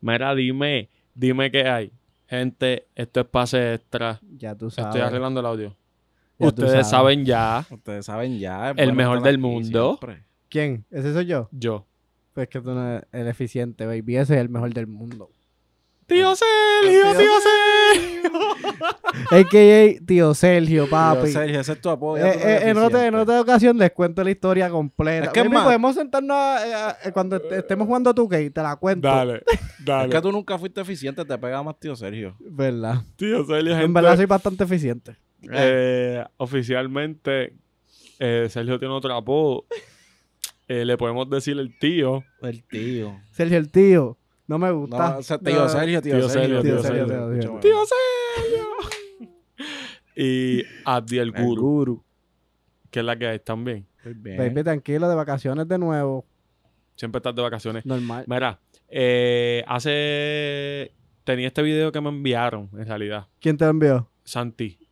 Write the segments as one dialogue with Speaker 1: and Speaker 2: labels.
Speaker 1: Mira, dime, dime qué hay. Gente, esto es pase extra.
Speaker 2: Ya tú sabes.
Speaker 1: Estoy arreglando el audio.
Speaker 2: Ya tú
Speaker 1: Ustedes
Speaker 2: sabes.
Speaker 1: saben ya,
Speaker 3: Ustedes saben ya. es
Speaker 1: El
Speaker 3: bueno
Speaker 1: mejor
Speaker 3: estar
Speaker 1: del
Speaker 3: aquí
Speaker 1: mundo.
Speaker 3: siempre.
Speaker 2: ¿Quién? ¿Ese soy yo?
Speaker 1: yo.
Speaker 2: Pues que tú no eres el eficiente, baby. Ese es el mejor del mundo.
Speaker 1: Tío Sergio,
Speaker 2: Tío
Speaker 1: tío Sergio.
Speaker 2: AKA Tío Sergio, papi.
Speaker 3: Tío Sergio, ese es tu apodo.
Speaker 2: Ah, Eh,
Speaker 3: ya tú eres
Speaker 2: eh, en, otra, en
Speaker 3: eficiente.
Speaker 2: otra ocasión les cuento la historia completa.
Speaker 3: Es que es
Speaker 2: Baby,
Speaker 3: más-
Speaker 2: podemos sentarnos a- eh, a- eh, cuando est- estemos jugando tú que te la cuento.
Speaker 1: Dale,
Speaker 3: Es que
Speaker 1: dale.
Speaker 3: tú nunca fuiste eficiente, te pega más tío Sergio.
Speaker 2: ¿Verdad?
Speaker 1: Tío Sergio, gente.
Speaker 2: En verdad soy bastante eficiente.
Speaker 1: Eh, oficialmente, eh, Sergio tiene otro apodo. Eh, le podemos decir el tío.
Speaker 3: El tío.
Speaker 2: Sergio, el tío, no me
Speaker 3: No,
Speaker 2: gusta.
Speaker 3: o sea, tío
Speaker 2: No.
Speaker 3: Sergio, tío,
Speaker 1: Tío
Speaker 3: Sergio.
Speaker 1: Sergio, tío
Speaker 2: Sergio, tío
Speaker 3: Mucho
Speaker 2: Sergio.
Speaker 3: mejor.
Speaker 1: ¡Tío Sergio! y Abdiel
Speaker 3: El
Speaker 1: Guru,
Speaker 3: guru.
Speaker 1: que es la que hay también.
Speaker 3: Muy bien.
Speaker 2: Baby, tranquilo, de vacaciones de nuevo.
Speaker 1: Siempre estás de vacaciones.
Speaker 2: Normal.
Speaker 1: Mira, eh, hace. Tenía este video que me enviaron, en realidad.
Speaker 2: ¿Quién te lo envió?
Speaker 1: Santi.
Speaker 2: El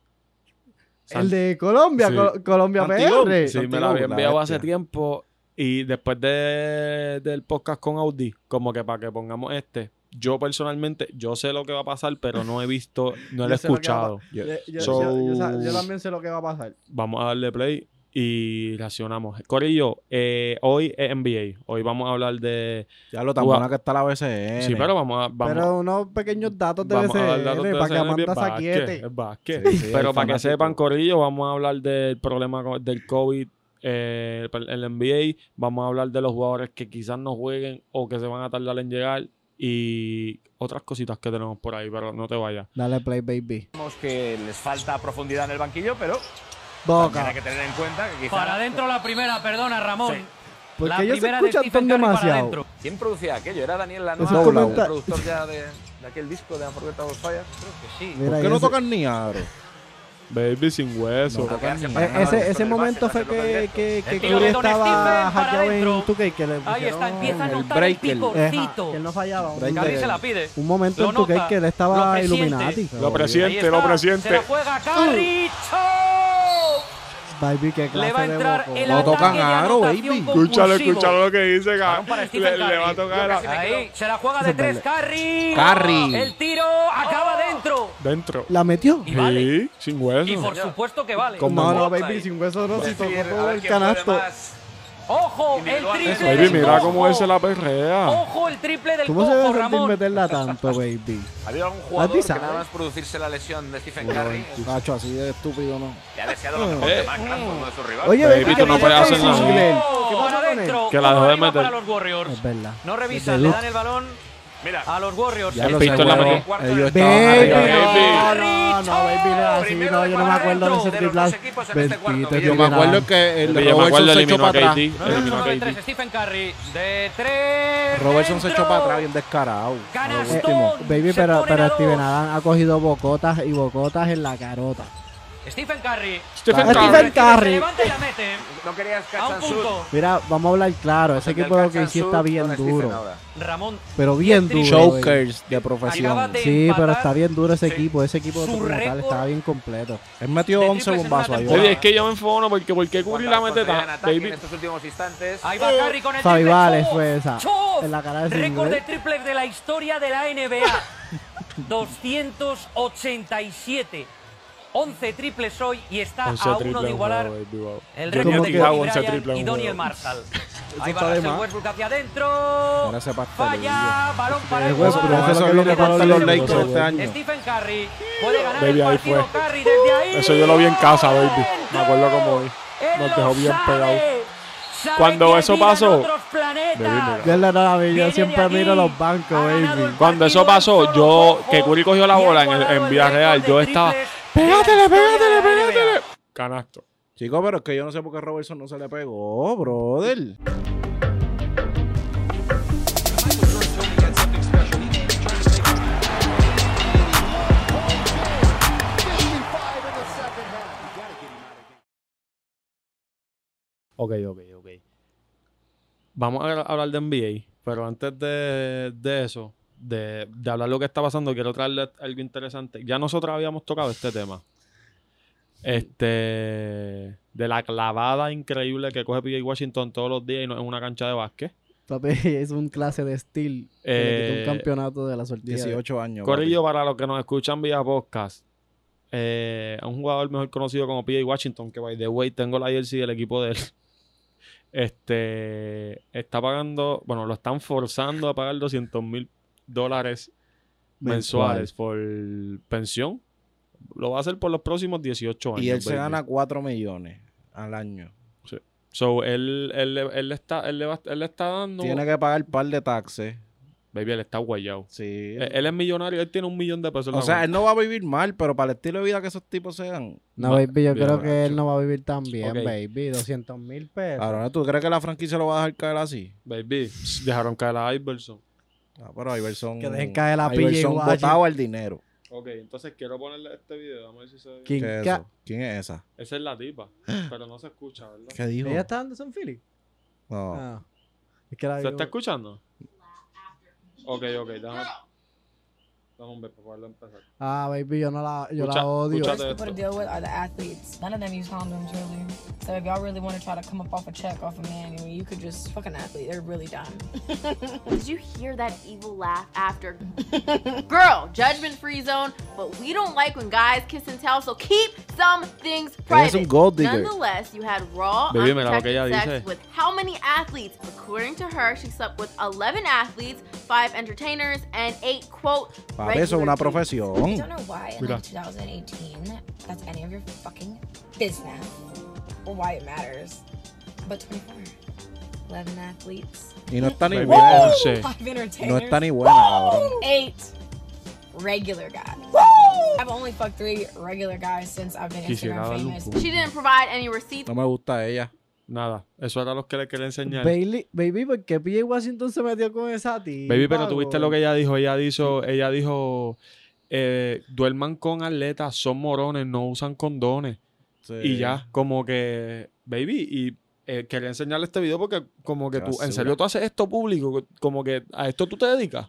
Speaker 1: Santi.
Speaker 2: de Colombia,
Speaker 1: Sí.
Speaker 2: Col- Colombia
Speaker 3: Antigón,
Speaker 2: PR.
Speaker 1: Sí,
Speaker 3: Santi
Speaker 1: me lo había
Speaker 3: Lobo, la
Speaker 1: enviado hace
Speaker 3: bestia.
Speaker 1: tiempo. Y después de, del podcast con Audi, como que para que pongamos este, yo personalmente, yo sé lo que va a pasar, pero no he visto, no lo he
Speaker 2: Yo sé lo que va a
Speaker 1: escuchado.
Speaker 2: Yo, yo-
Speaker 1: So-
Speaker 2: yo- yo sa- yo también sé lo que va a pasar.
Speaker 1: Vamos a darle play y reaccionamos. Corillo, eh, hoy es NBA. Hoy vamos a hablar de...
Speaker 3: Ya lo tan
Speaker 1: Ua.
Speaker 3: buena que está la BCN.
Speaker 1: Sí, pero vamos a... Vamos,
Speaker 2: Pero unos pequeños datos de
Speaker 1: vamos a dar datos
Speaker 2: BCN
Speaker 1: de
Speaker 2: para que
Speaker 1: BCN,
Speaker 2: Amanda este. se
Speaker 1: básquet,
Speaker 2: aquiete.
Speaker 1: es básquet.
Speaker 3: Sí, sí,
Speaker 1: Pero
Speaker 3: el
Speaker 1: para que
Speaker 3: fanático.
Speaker 1: sepan, Corillo, vamos a hablar del problema co- del COVID eh, en el NBA. Vamos a hablar de los jugadores que quizás no jueguen o que se van a tardar en llegar. Y otras cositas que tenemos por ahí, pero no te vayas.
Speaker 2: Dale play, baby.
Speaker 4: Vemos que les falta profundidad en el banquillo, pero también
Speaker 2: Boca.
Speaker 4: hay que tener en cuenta que quizá...
Speaker 5: Para adentro la primera, perdona Ramón.
Speaker 4: Sí.
Speaker 5: La
Speaker 2: Porque ellos se
Speaker 5: primera de
Speaker 2: escuchan tan
Speaker 5: Stephen Curry para
Speaker 2: demasiado.
Speaker 5: adentro.
Speaker 4: ¿Quién producía aquello? ¿Era Daniel Lanois,
Speaker 2: Esos
Speaker 4: el
Speaker 2: comenta-
Speaker 4: productor ya de, de aquel disco de Unforgettable Fire? Creo que sí.
Speaker 2: Mira,
Speaker 3: ¿Por
Speaker 2: y
Speaker 3: qué no
Speaker 2: ese-
Speaker 3: tocan ni aro?
Speaker 1: Baby sin hueso.
Speaker 4: Para quedarse
Speaker 2: Eh,
Speaker 4: empanado
Speaker 2: ese,
Speaker 4: con
Speaker 2: ese
Speaker 4: el
Speaker 2: momento
Speaker 4: base,
Speaker 2: fue
Speaker 4: hacerlo
Speaker 2: que,
Speaker 4: perfecto.
Speaker 2: que, que
Speaker 5: El tiro
Speaker 2: Curry
Speaker 5: de Don Stephen
Speaker 2: estaba
Speaker 5: para
Speaker 2: hackeado en
Speaker 5: adentro.
Speaker 2: 2K que le
Speaker 5: Ahí está,
Speaker 2: pusieron
Speaker 5: empieza a
Speaker 2: el-
Speaker 5: notar el,
Speaker 3: breaker.
Speaker 2: Ejá,
Speaker 5: picorcito.
Speaker 2: que él no fallaba. un-
Speaker 3: Breaker.
Speaker 5: Cali se la pide.
Speaker 2: Un momento
Speaker 5: Lo
Speaker 2: en 2K
Speaker 5: nota,
Speaker 2: que él
Speaker 5: lo
Speaker 2: estaba
Speaker 5: presiente.
Speaker 2: Illuminati.
Speaker 1: Lo
Speaker 5: Ahí
Speaker 1: presiente, lo
Speaker 5: está, Se
Speaker 1: presiente.
Speaker 5: la juega Carricho.
Speaker 4: Uh.
Speaker 2: Baby, qué clase
Speaker 5: Le va a
Speaker 2: de
Speaker 5: entrar
Speaker 2: bocón.
Speaker 5: el
Speaker 3: No
Speaker 5: ataque
Speaker 3: tocan
Speaker 5: de
Speaker 3: aro,
Speaker 5: anotación
Speaker 3: baby.
Speaker 5: compulsivo.
Speaker 1: Escúchalo, escúchalo lo que dice. ca-
Speaker 5: Balón para
Speaker 1: Le,
Speaker 5: Stephen
Speaker 1: le va a
Speaker 5: Curry.
Speaker 1: tocar a-
Speaker 5: Ahí se la juega
Speaker 2: Ese
Speaker 5: de
Speaker 2: es
Speaker 5: tres, Carri.
Speaker 3: Curry.
Speaker 5: El tiro acaba dentro.
Speaker 1: dentro.
Speaker 2: ¿La metió?
Speaker 5: Y vale.
Speaker 1: Sí, sin
Speaker 5: Y por
Speaker 1: hueso.
Speaker 5: supuesto que vale.
Speaker 1: Como
Speaker 2: No,
Speaker 1: no.
Speaker 2: no, baby, sin hueso no, si
Speaker 4: Sí,
Speaker 2: tocó todo
Speaker 4: a ver
Speaker 2: el
Speaker 4: quién puede
Speaker 2: canasto.
Speaker 4: más.
Speaker 5: Ojo,
Speaker 4: Y
Speaker 5: el
Speaker 4: lo hace.
Speaker 5: triple.
Speaker 1: Baby,
Speaker 5: del
Speaker 1: mira cómo
Speaker 5: cojo.
Speaker 1: él se la perrea.
Speaker 5: Ojo, el triple del
Speaker 2: ¿Cómo se
Speaker 5: cojo,
Speaker 2: debe sentir
Speaker 5: Ramón.
Speaker 2: meterla tanto, baby?
Speaker 4: Ha habido algún jugador
Speaker 2: Antes
Speaker 4: que
Speaker 2: sabe.
Speaker 4: nada más producirse la lesión de Stephen Curry
Speaker 3: Uy, Nacho, así de estúpido, ¿no?
Speaker 4: le ha deseado lo mejor de Mac Anthony, uno de sus rivales.
Speaker 2: Eh. Oye,
Speaker 1: Baby,
Speaker 2: baby,
Speaker 1: tú
Speaker 2: ¿qué
Speaker 1: no
Speaker 2: pasa
Speaker 1: puedes
Speaker 2: con
Speaker 1: hacer nada.
Speaker 2: Jason Glenn?
Speaker 5: Oh,
Speaker 2: ¿Qué pasa
Speaker 5: para
Speaker 2: con él?
Speaker 5: adentro,
Speaker 1: Que la dejó
Speaker 5: uno
Speaker 1: de
Speaker 5: arriba
Speaker 1: meter.
Speaker 5: para los Warriors.
Speaker 2: Es verdad.
Speaker 5: No revisan,
Speaker 2: Desde
Speaker 5: le
Speaker 2: Luke.
Speaker 5: dan el balón
Speaker 4: Mira,
Speaker 5: a los Warriors.
Speaker 3: Ya
Speaker 1: El
Speaker 3: lo
Speaker 1: pito
Speaker 3: sé,
Speaker 1: en la
Speaker 3: huevo.
Speaker 4: mano.
Speaker 3: Ellos estaban
Speaker 2: Baby,
Speaker 3: arriba.
Speaker 2: no,
Speaker 1: Baby.
Speaker 2: no, no, baby, no era así,
Speaker 4: Primero
Speaker 2: no,
Speaker 4: de
Speaker 2: yo no me acuerdo de
Speaker 4: cuatro
Speaker 2: ese
Speaker 4: de los
Speaker 2: triple.
Speaker 4: dos equipos en este cuarto.
Speaker 2: Bendito,
Speaker 4: Yo
Speaker 3: Yo me acuerdo que el
Speaker 1: Yo me acuerdo,
Speaker 3: Robertson se echó
Speaker 1: eliminó a
Speaker 3: para atrás.
Speaker 1: KD.
Speaker 5: No, no, no,
Speaker 1: Eliminó a
Speaker 5: no, de tres,
Speaker 1: KD.
Speaker 5: Stephen Curry. De tres.
Speaker 3: Robertson se
Speaker 5: dentro.
Speaker 3: echó para atrás bien descarado.
Speaker 5: Canastón.
Speaker 3: Lo
Speaker 2: Eh,
Speaker 3: último.
Speaker 2: baby,
Speaker 5: Se
Speaker 2: pero,
Speaker 5: ponen a
Speaker 2: pero
Speaker 5: dos.
Speaker 2: Steven Adán ha cogido bocotas y bocotas en la carota.
Speaker 5: Stephen Curry.
Speaker 1: Stephen Curry.
Speaker 2: Stephen Curry.
Speaker 5: Se levanta y la mete.
Speaker 4: No querías
Speaker 5: A un
Speaker 4: Katsansud.
Speaker 5: punto.
Speaker 2: Mira, vamos a hablar claro, ese equipo de OKC está bien duro,
Speaker 5: Ramón.
Speaker 2: pero bien duro. baby.
Speaker 3: Jokers de profesión.
Speaker 5: Acábate. de
Speaker 2: Sí, pero
Speaker 5: empatar.
Speaker 2: está bien duro ese
Speaker 5: Sí.
Speaker 2: equipo, ese equipo
Speaker 5: Su
Speaker 2: como tal
Speaker 5: récord.
Speaker 2: estaba bien completo.
Speaker 3: Él metió
Speaker 5: De
Speaker 3: 11
Speaker 5: triples en
Speaker 3: bombazos
Speaker 5: una
Speaker 3: ahí.
Speaker 1: Baby,
Speaker 3: ¿verdad?
Speaker 1: es que yo me enfono porque porque Curry la mete tan-
Speaker 4: En
Speaker 1: Baby,
Speaker 4: estos últimos instantes.
Speaker 5: Ahí va Curry con el
Speaker 2: Fabi
Speaker 5: triple.
Speaker 2: Vales
Speaker 5: ¡Chof!
Speaker 2: fue esa,
Speaker 5: ¡Chof!
Speaker 2: en la cara de ¿eh?
Speaker 5: Récord
Speaker 2: Single.
Speaker 5: de triples de la historia de la NBA. 287. 11 triples hoy y está
Speaker 1: once
Speaker 5: Ah, a uno
Speaker 1: triples,
Speaker 5: de igualar
Speaker 1: baby, wow.
Speaker 5: El
Speaker 2: Yo
Speaker 5: récord
Speaker 2: como
Speaker 5: de
Speaker 2: que-
Speaker 5: Kobe
Speaker 1: Once triple
Speaker 5: Bryant
Speaker 1: en
Speaker 5: y
Speaker 1: un
Speaker 5: Donnie
Speaker 1: juego.
Speaker 5: Marshall. Ahí
Speaker 3: está
Speaker 5: va
Speaker 3: de
Speaker 5: Russell
Speaker 3: más.
Speaker 5: Wesbrook hacia adentro.
Speaker 3: Ahora ese pastelillo.
Speaker 5: Falla, balón para el
Speaker 2: Westbrook,
Speaker 5: jugador.
Speaker 2: eso
Speaker 3: Eso
Speaker 2: que
Speaker 3: viene
Speaker 2: le
Speaker 3: contra
Speaker 2: pasó
Speaker 3: los
Speaker 2: a
Speaker 3: Lakers
Speaker 2: Lebron.
Speaker 3: este año.
Speaker 5: Stephen Curry puede ganar
Speaker 1: Baby,
Speaker 5: el
Speaker 1: ahí
Speaker 5: partido.
Speaker 1: fue.
Speaker 5: Curry desde ahí.
Speaker 1: Eso yo lo vi en casa, baby. Me acuerdo cómo
Speaker 5: hoy.
Speaker 1: nos dejó bien pegado. Cuando eso pasó, baby, mira.
Speaker 2: Yo en la nada, baby, yo siempre miro los bancos, baby.
Speaker 1: Cuando eso pasó, yo, que Curry cogió la bola en, el- en Villarreal, yo estaba, pégatele, pégatele, pégatele. Canasto.
Speaker 3: Chicos, pero es que yo no sé por qué Robertson no se le pegó, brother.
Speaker 1: Ok, ok, ok. Vamos a hablar de NBA, pero antes de, de eso, de, de hablar lo que está pasando, quiero traerle algo interesante. Ya nosotros habíamos tocado este tema. Este. De la clavada increíble que coge PJ Washington todos los días y no en una cancha de básquet.
Speaker 2: Papi es un clase de steel. que le quitó
Speaker 1: Eh,
Speaker 2: un campeonato de la suerte.
Speaker 3: 18 años.
Speaker 1: Corillo, para los que nos escuchan vía podcast, eh, a un jugador mejor conocido como P.A. Washington, que by the way, tengo la jersey del equipo de él. Este está pagando, bueno, lo están forzando a pagar 200 mil dólares mensuales por pensión. Lo va a hacer por los próximos 18 años.
Speaker 3: Y él se
Speaker 1: baby.
Speaker 3: gana 4 millones al año.
Speaker 1: So, él, él, le- él le está, él, le va- él le está dando.
Speaker 3: Tiene que pagar un par de taxes.
Speaker 1: Baby, él está guayado.
Speaker 3: Sí.
Speaker 1: Él, él es millonario, él tiene un millón de pesos. en
Speaker 3: o
Speaker 1: la
Speaker 3: sea,
Speaker 1: cuenta.
Speaker 3: él no va a vivir mal, pero para el estilo de vida que esos tipos se dan.
Speaker 2: No,
Speaker 1: Ma-
Speaker 2: baby,
Speaker 1: bien
Speaker 2: yo creo que
Speaker 1: borracho.
Speaker 2: él no va a vivir tan bien,
Speaker 1: Ok.
Speaker 2: baby. 200 mil pesos.
Speaker 3: Ahora, ¿tú crees que la franquicia lo va a dejar caer así?
Speaker 1: Baby, dejaron caer a Iverson.
Speaker 3: Ah, pero Iverson.
Speaker 2: Que dejen caer la pilla
Speaker 3: Iverson
Speaker 2: igual.
Speaker 3: botaba el dinero.
Speaker 1: Ok, entonces quiero ponerle este video. Vamos a ver si se ve.
Speaker 2: ¿Quién
Speaker 3: ¿Qué es
Speaker 2: ca-
Speaker 3: eso? ¿Quién es esa?
Speaker 1: Esa es la tipa, pero no se escucha, ¿verdad?
Speaker 3: ¿Qué dijo?
Speaker 2: ¿Ella está dando San Philly?
Speaker 3: No.
Speaker 2: Ah. Es que la
Speaker 1: ¿Se
Speaker 2: vi-
Speaker 1: está escuchando? Ok, ok, déjame. Dame un beso para poderlo empezar.
Speaker 2: Ah, baby, yo no la, yo
Speaker 1: Escucha-
Speaker 2: la odio.
Speaker 1: escucha-
Speaker 6: Worst people to deal with are the athletes. None of them use condoms, really. So if y'all really want to try to come up off a check off a man, I mean, you could just fuck an athlete. They're really dumb.
Speaker 7: Did you hear that evil laugh after? Girl, judgment free zone, but we don't like when guys kiss and tell, so keep some things
Speaker 3: Ella es
Speaker 7: private.
Speaker 3: un gold digger.
Speaker 7: Nonetheless, you had raw,
Speaker 1: Baby, mira lo que
Speaker 7: unprotected
Speaker 1: ella
Speaker 7: sex
Speaker 1: dice.
Speaker 7: with how many athletes? According to her, she slept with 11 athletes, 5 entertainers, and 8, quote,
Speaker 3: Papi, eso es
Speaker 7: regular
Speaker 3: una
Speaker 7: dudes.
Speaker 6: I
Speaker 3: profesión.
Speaker 6: don't know why in
Speaker 1: Mira.
Speaker 6: like 2018 that's any of your fucking business or why it matters. But 24, 11 athletes,
Speaker 3: Y no está ni
Speaker 1: Baby,
Speaker 3: buena.
Speaker 1: once.
Speaker 6: five entertainers,
Speaker 3: No está ni buena, cabrón.
Speaker 6: eight regular guys. I've only fucked three regular guys since I've been
Speaker 1: Quisiera
Speaker 6: Instagram
Speaker 1: darle un
Speaker 6: famous.
Speaker 1: puño.
Speaker 7: She didn't provide any receipts.
Speaker 3: No me gusta ella.
Speaker 1: Nada, eso era lo que le quería enseñar. Baby,
Speaker 2: Bailey, baby, ¿por qué PJ Washington se metió con esa tía?
Speaker 1: pero tuviste lo que ella dijo. Ella dijo, ella dijo, eh, duerman con atletas, son morones, no usan condones.
Speaker 3: Sí.
Speaker 1: Y ya, como que, baby, y eh, quería enseñarle este video porque como que
Speaker 3: Qué
Speaker 1: tú,
Speaker 3: basura.
Speaker 1: en serio, tú haces esto público, como que a esto tú te dedicas.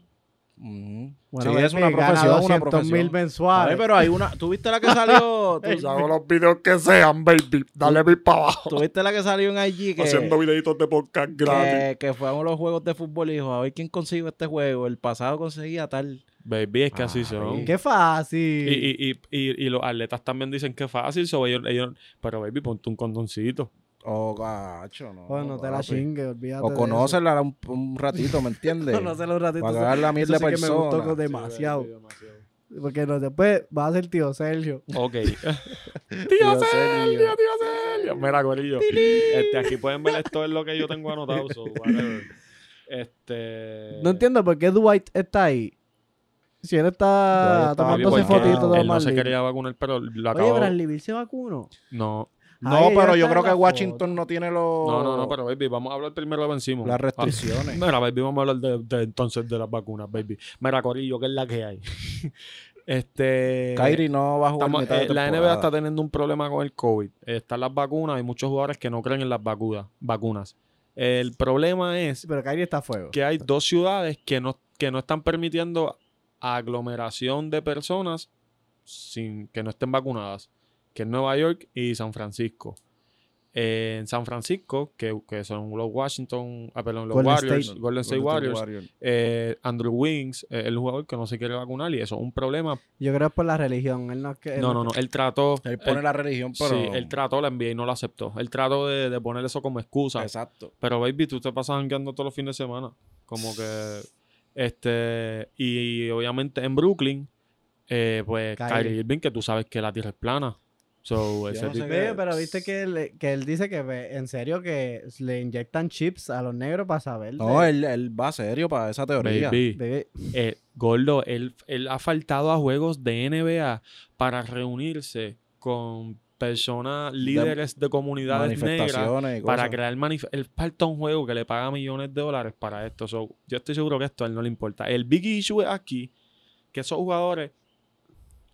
Speaker 3: Ujú.
Speaker 2: Bueno,
Speaker 3: sí, es
Speaker 2: baby,
Speaker 3: una
Speaker 2: gana
Speaker 3: profesión, una
Speaker 2: 200 mil
Speaker 3: profesión.
Speaker 2: mensuales.
Speaker 3: Ay, pero hay una. ¿Tú viste la que salió? ¿Tú,
Speaker 8: hago los videos que sean, baby. Dale mi para abajo.
Speaker 3: tú viste la que salió en IG que,
Speaker 8: Haciendo videitos de podcast gratis.
Speaker 3: que, que fue a uno de los juegos de fútbol y dijo: A ver quién consigue este juego. El pasado conseguía tal.
Speaker 1: Baby, es que así
Speaker 3: Ay,
Speaker 1: son.
Speaker 2: Qué fácil.
Speaker 1: Y, y, y, y, y los atletas también dicen que es fácil, so ellos, ellos- pero baby, ponte un condoncito.
Speaker 3: Oh, gacho, no.
Speaker 2: Oh, no te la
Speaker 3: papi.
Speaker 2: chingue, olvídate.
Speaker 3: O
Speaker 2: de
Speaker 3: conócela un, un ratito, ¿me
Speaker 2: eso.
Speaker 3: entiendes?
Speaker 2: Conócela un ratito.
Speaker 3: Para cagarla a
Speaker 2: Eso
Speaker 3: miel de
Speaker 2: sí que me gustó
Speaker 3: persona.
Speaker 2: demasiado. Porque no, después va a ser tío Sergio.
Speaker 1: Ok.
Speaker 3: Tío
Speaker 1: tío Sergio, tío Sergio. Mira, Corillo. Este, aquí pueden ver esto es lo que yo tengo anotado. so, whatever. Este.
Speaker 2: No entiendo por qué Dwight está ahí. Si él está
Speaker 3: Dwight está-
Speaker 1: Baby,
Speaker 2: tomándose
Speaker 1: porque
Speaker 3: fotito,
Speaker 1: él,
Speaker 2: fotitos de
Speaker 1: él no se
Speaker 2: Marley.
Speaker 1: quería vacunar, pero lo
Speaker 2: Oye,
Speaker 1: acabó.
Speaker 2: Bradley Bill se vacunó.
Speaker 1: No,
Speaker 3: No,
Speaker 2: Ay, ella
Speaker 3: pero yo
Speaker 2: está
Speaker 3: creo
Speaker 2: en la
Speaker 3: que Washington no tiene los.
Speaker 1: no, no, no, pero baby, vamos a hablar primero de Ben Simmons.
Speaker 3: Las
Speaker 1: Ah,
Speaker 3: restricciones.
Speaker 1: Mira, baby, vamos a hablar de, de entonces de las vacunas, baby. Mira, Corillo, que es la que hay. este.
Speaker 3: Kyrie no va a jugar
Speaker 1: Estamos-
Speaker 3: mitad de
Speaker 1: eh, la NBA
Speaker 3: temporada.
Speaker 1: está teniendo un problema con el COVID. Eh, Están las vacunas, hay muchos jugadores que no creen en las vacunas. vacunas. El problema
Speaker 2: Sí,
Speaker 1: es
Speaker 2: pero Kyrie está a fuego.
Speaker 1: que hay dos ciudades que no, que no están permitiendo aglomeración de personas sin que no estén vacunadas, que es Nueva York y San Francisco. Eh, en San Francisco, que, que son los Washington, ah, perdón, los
Speaker 2: Golden
Speaker 1: Warriors,
Speaker 2: State.
Speaker 1: Golden State
Speaker 3: Golden State
Speaker 1: Warriors,
Speaker 3: Warriors.
Speaker 1: eh, Andrew Wiggins, eh, el jugador que no se quiere vacunar y eso es un problema.
Speaker 2: Yo creo que es por la religión. Él Eh, no, es que- él
Speaker 1: No, no, no, él trató,
Speaker 3: Él
Speaker 1: él-
Speaker 3: pone la religión, pero.
Speaker 1: Eh, Sí, él trató la NBA y no la aceptó. Él trató de, de poner eso como excusa.
Speaker 3: Exacto.
Speaker 1: Pero, baby, tú te pasas jangueando todos los fines de semana. Como que. Este. Y, obviamente en Brooklyn, eh, pues
Speaker 2: Kyrie.
Speaker 1: Kyrie. Irving, que tú sabes que la tierra es plana. So, ese
Speaker 3: no sé
Speaker 1: tipo-
Speaker 2: Ve, pero viste que, le- que él dice que ve- en serio que le inyectan chips a los negros para saber. de-
Speaker 3: No, él, él va serio para esa teoría.
Speaker 1: Baby,
Speaker 2: de-
Speaker 1: eh, Gordo, él, él ha faltado a juegos de NBA para reunirse con personas, líderes de comunidades negras
Speaker 3: Manifestaciones y cosas.
Speaker 1: para crear manif- el falta un juego que le paga millones de dólares para esto. So, yo estoy seguro que esto a él no le importa. El big issue es aquí que esos jugadores,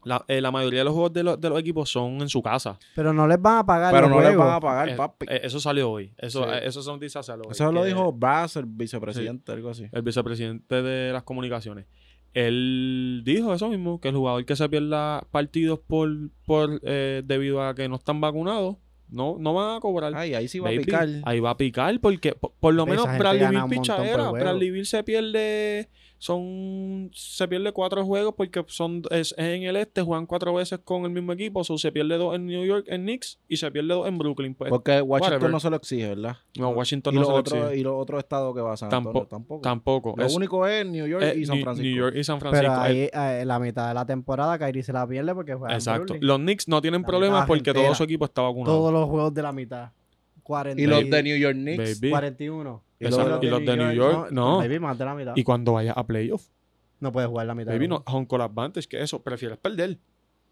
Speaker 1: la, eh, la mayoría de los juegos de, los- de los equipos son en su casa.
Speaker 2: Pero no les van a pagar.
Speaker 3: Pero
Speaker 2: el
Speaker 3: no le
Speaker 2: juego.
Speaker 3: van a pagar,
Speaker 1: Eh,
Speaker 3: papi.
Speaker 1: eh, eso salió hoy. Eso,
Speaker 3: Sí.
Speaker 1: eh, eso son noticias salió hoy,
Speaker 3: Eso lo
Speaker 1: que
Speaker 3: dijo Bass, el vicepresidente, algo así.
Speaker 1: El vicepresidente de las comunicaciones. Él dijo eso mismo, que el jugador que se pierda partidos por, por eh, debido a que no están vacunados No, no van a cobrar.
Speaker 3: Ay, ahí sí va
Speaker 1: Baby,
Speaker 3: a picar.
Speaker 1: Ahí va a picar porque po- por, lo
Speaker 2: Esa
Speaker 1: menos
Speaker 2: gente
Speaker 1: Bradley
Speaker 2: gana
Speaker 1: Bill
Speaker 2: un montón por
Speaker 1: pichadera.
Speaker 2: juego.
Speaker 1: Bradley Bill se pierde son se pierde cuatro juegos porque son es, es en el este juegan cuatro veces con el mismo equipo, o se pierde dos en New York en Knicks y se pierde dos en Brooklyn, pues.
Speaker 3: Porque Washington
Speaker 1: whatever.
Speaker 3: no se lo exige, ¿verdad?
Speaker 1: no, Washington
Speaker 3: y,
Speaker 1: no
Speaker 3: los
Speaker 1: se lo
Speaker 3: otros,
Speaker 1: exige.
Speaker 3: y los otros estados que va a San Antonio
Speaker 1: Tampoco-
Speaker 3: tampoco.
Speaker 1: tampoco.
Speaker 3: Lo
Speaker 1: Es-
Speaker 3: único es New York
Speaker 1: eh,
Speaker 3: y San
Speaker 1: New-
Speaker 3: Francisco.
Speaker 1: New York y San Francisco.
Speaker 2: Pero
Speaker 1: Eh,
Speaker 2: ahí, eh, la mitad de la temporada, Kyrie se la pierde porque juega en
Speaker 1: exacto.
Speaker 2: Brooklyn.
Speaker 1: Los Knicks no tienen
Speaker 2: La
Speaker 1: problemas
Speaker 2: mitad
Speaker 1: porque todo
Speaker 2: entera.
Speaker 1: su equipo está vacunado.
Speaker 2: Todos los juegos de la mitad. 40
Speaker 3: Y los de New York Knicks.
Speaker 1: Baby.
Speaker 2: 41.
Speaker 1: Exacto.
Speaker 3: Y
Speaker 1: los de New York, no.
Speaker 2: Baby, más de la mitad.
Speaker 1: Y cuando vayas a playoff,
Speaker 2: No puedes jugar la mitad.
Speaker 1: baby, no, home court advantage, que eso, prefieres perder.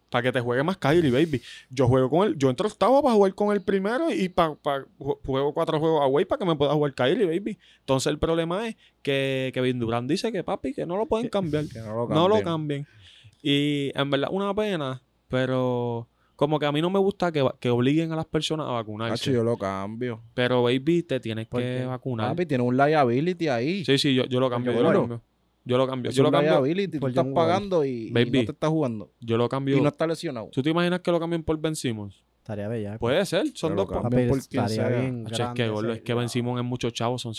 Speaker 1: Para que te juegue más Kyrie, baby. Yo juego con él, yo entro octavo para jugar con el primero y para juego cuatro juegos away para que me pueda jugar Kyrie, baby. Entonces el problema es que Kevin Durant dice que papi, que no lo pueden cambiar.
Speaker 3: Que no lo
Speaker 1: no lo
Speaker 3: cambien.
Speaker 1: cambien. Y en verdad, una pena, pero como que a mí no me gusta que, va- que obliguen a las personas a
Speaker 3: Hacho,
Speaker 1: vacunarse.
Speaker 3: yo lo cambio.
Speaker 1: Pero, baby, te tienes
Speaker 2: ¿Por
Speaker 1: que
Speaker 2: qué?
Speaker 1: vacunar.
Speaker 3: Papi, tiene un liability ahí.
Speaker 1: Sí, sí, yo, yo lo cambio, yo lo
Speaker 3: Bueno.
Speaker 1: cambio. Yo lo cambio,
Speaker 3: Es
Speaker 1: yo lo
Speaker 3: un
Speaker 1: cambio,
Speaker 3: liability. Tú
Speaker 2: por
Speaker 3: estás
Speaker 2: John Wall.
Speaker 3: pagando y, y
Speaker 1: Baby.
Speaker 3: no te estás jugando.
Speaker 1: yo lo
Speaker 3: Y
Speaker 1: cambio.
Speaker 3: no estás lesionado.
Speaker 1: ¿Tú te imaginas que lo cambien por Ben Simmons?
Speaker 2: Estaría bella.
Speaker 1: Puede ser, son
Speaker 3: Pero
Speaker 1: dos.
Speaker 3: lo
Speaker 1: pa-
Speaker 3: cambio.
Speaker 2: eh. Papi,
Speaker 3: por quien
Speaker 2: estaría
Speaker 3: sea.
Speaker 2: bien.
Speaker 1: Hacho, es
Speaker 2: grande
Speaker 1: que, gordo,
Speaker 2: ese-
Speaker 1: es que Ben Simmons es mucho chavo, son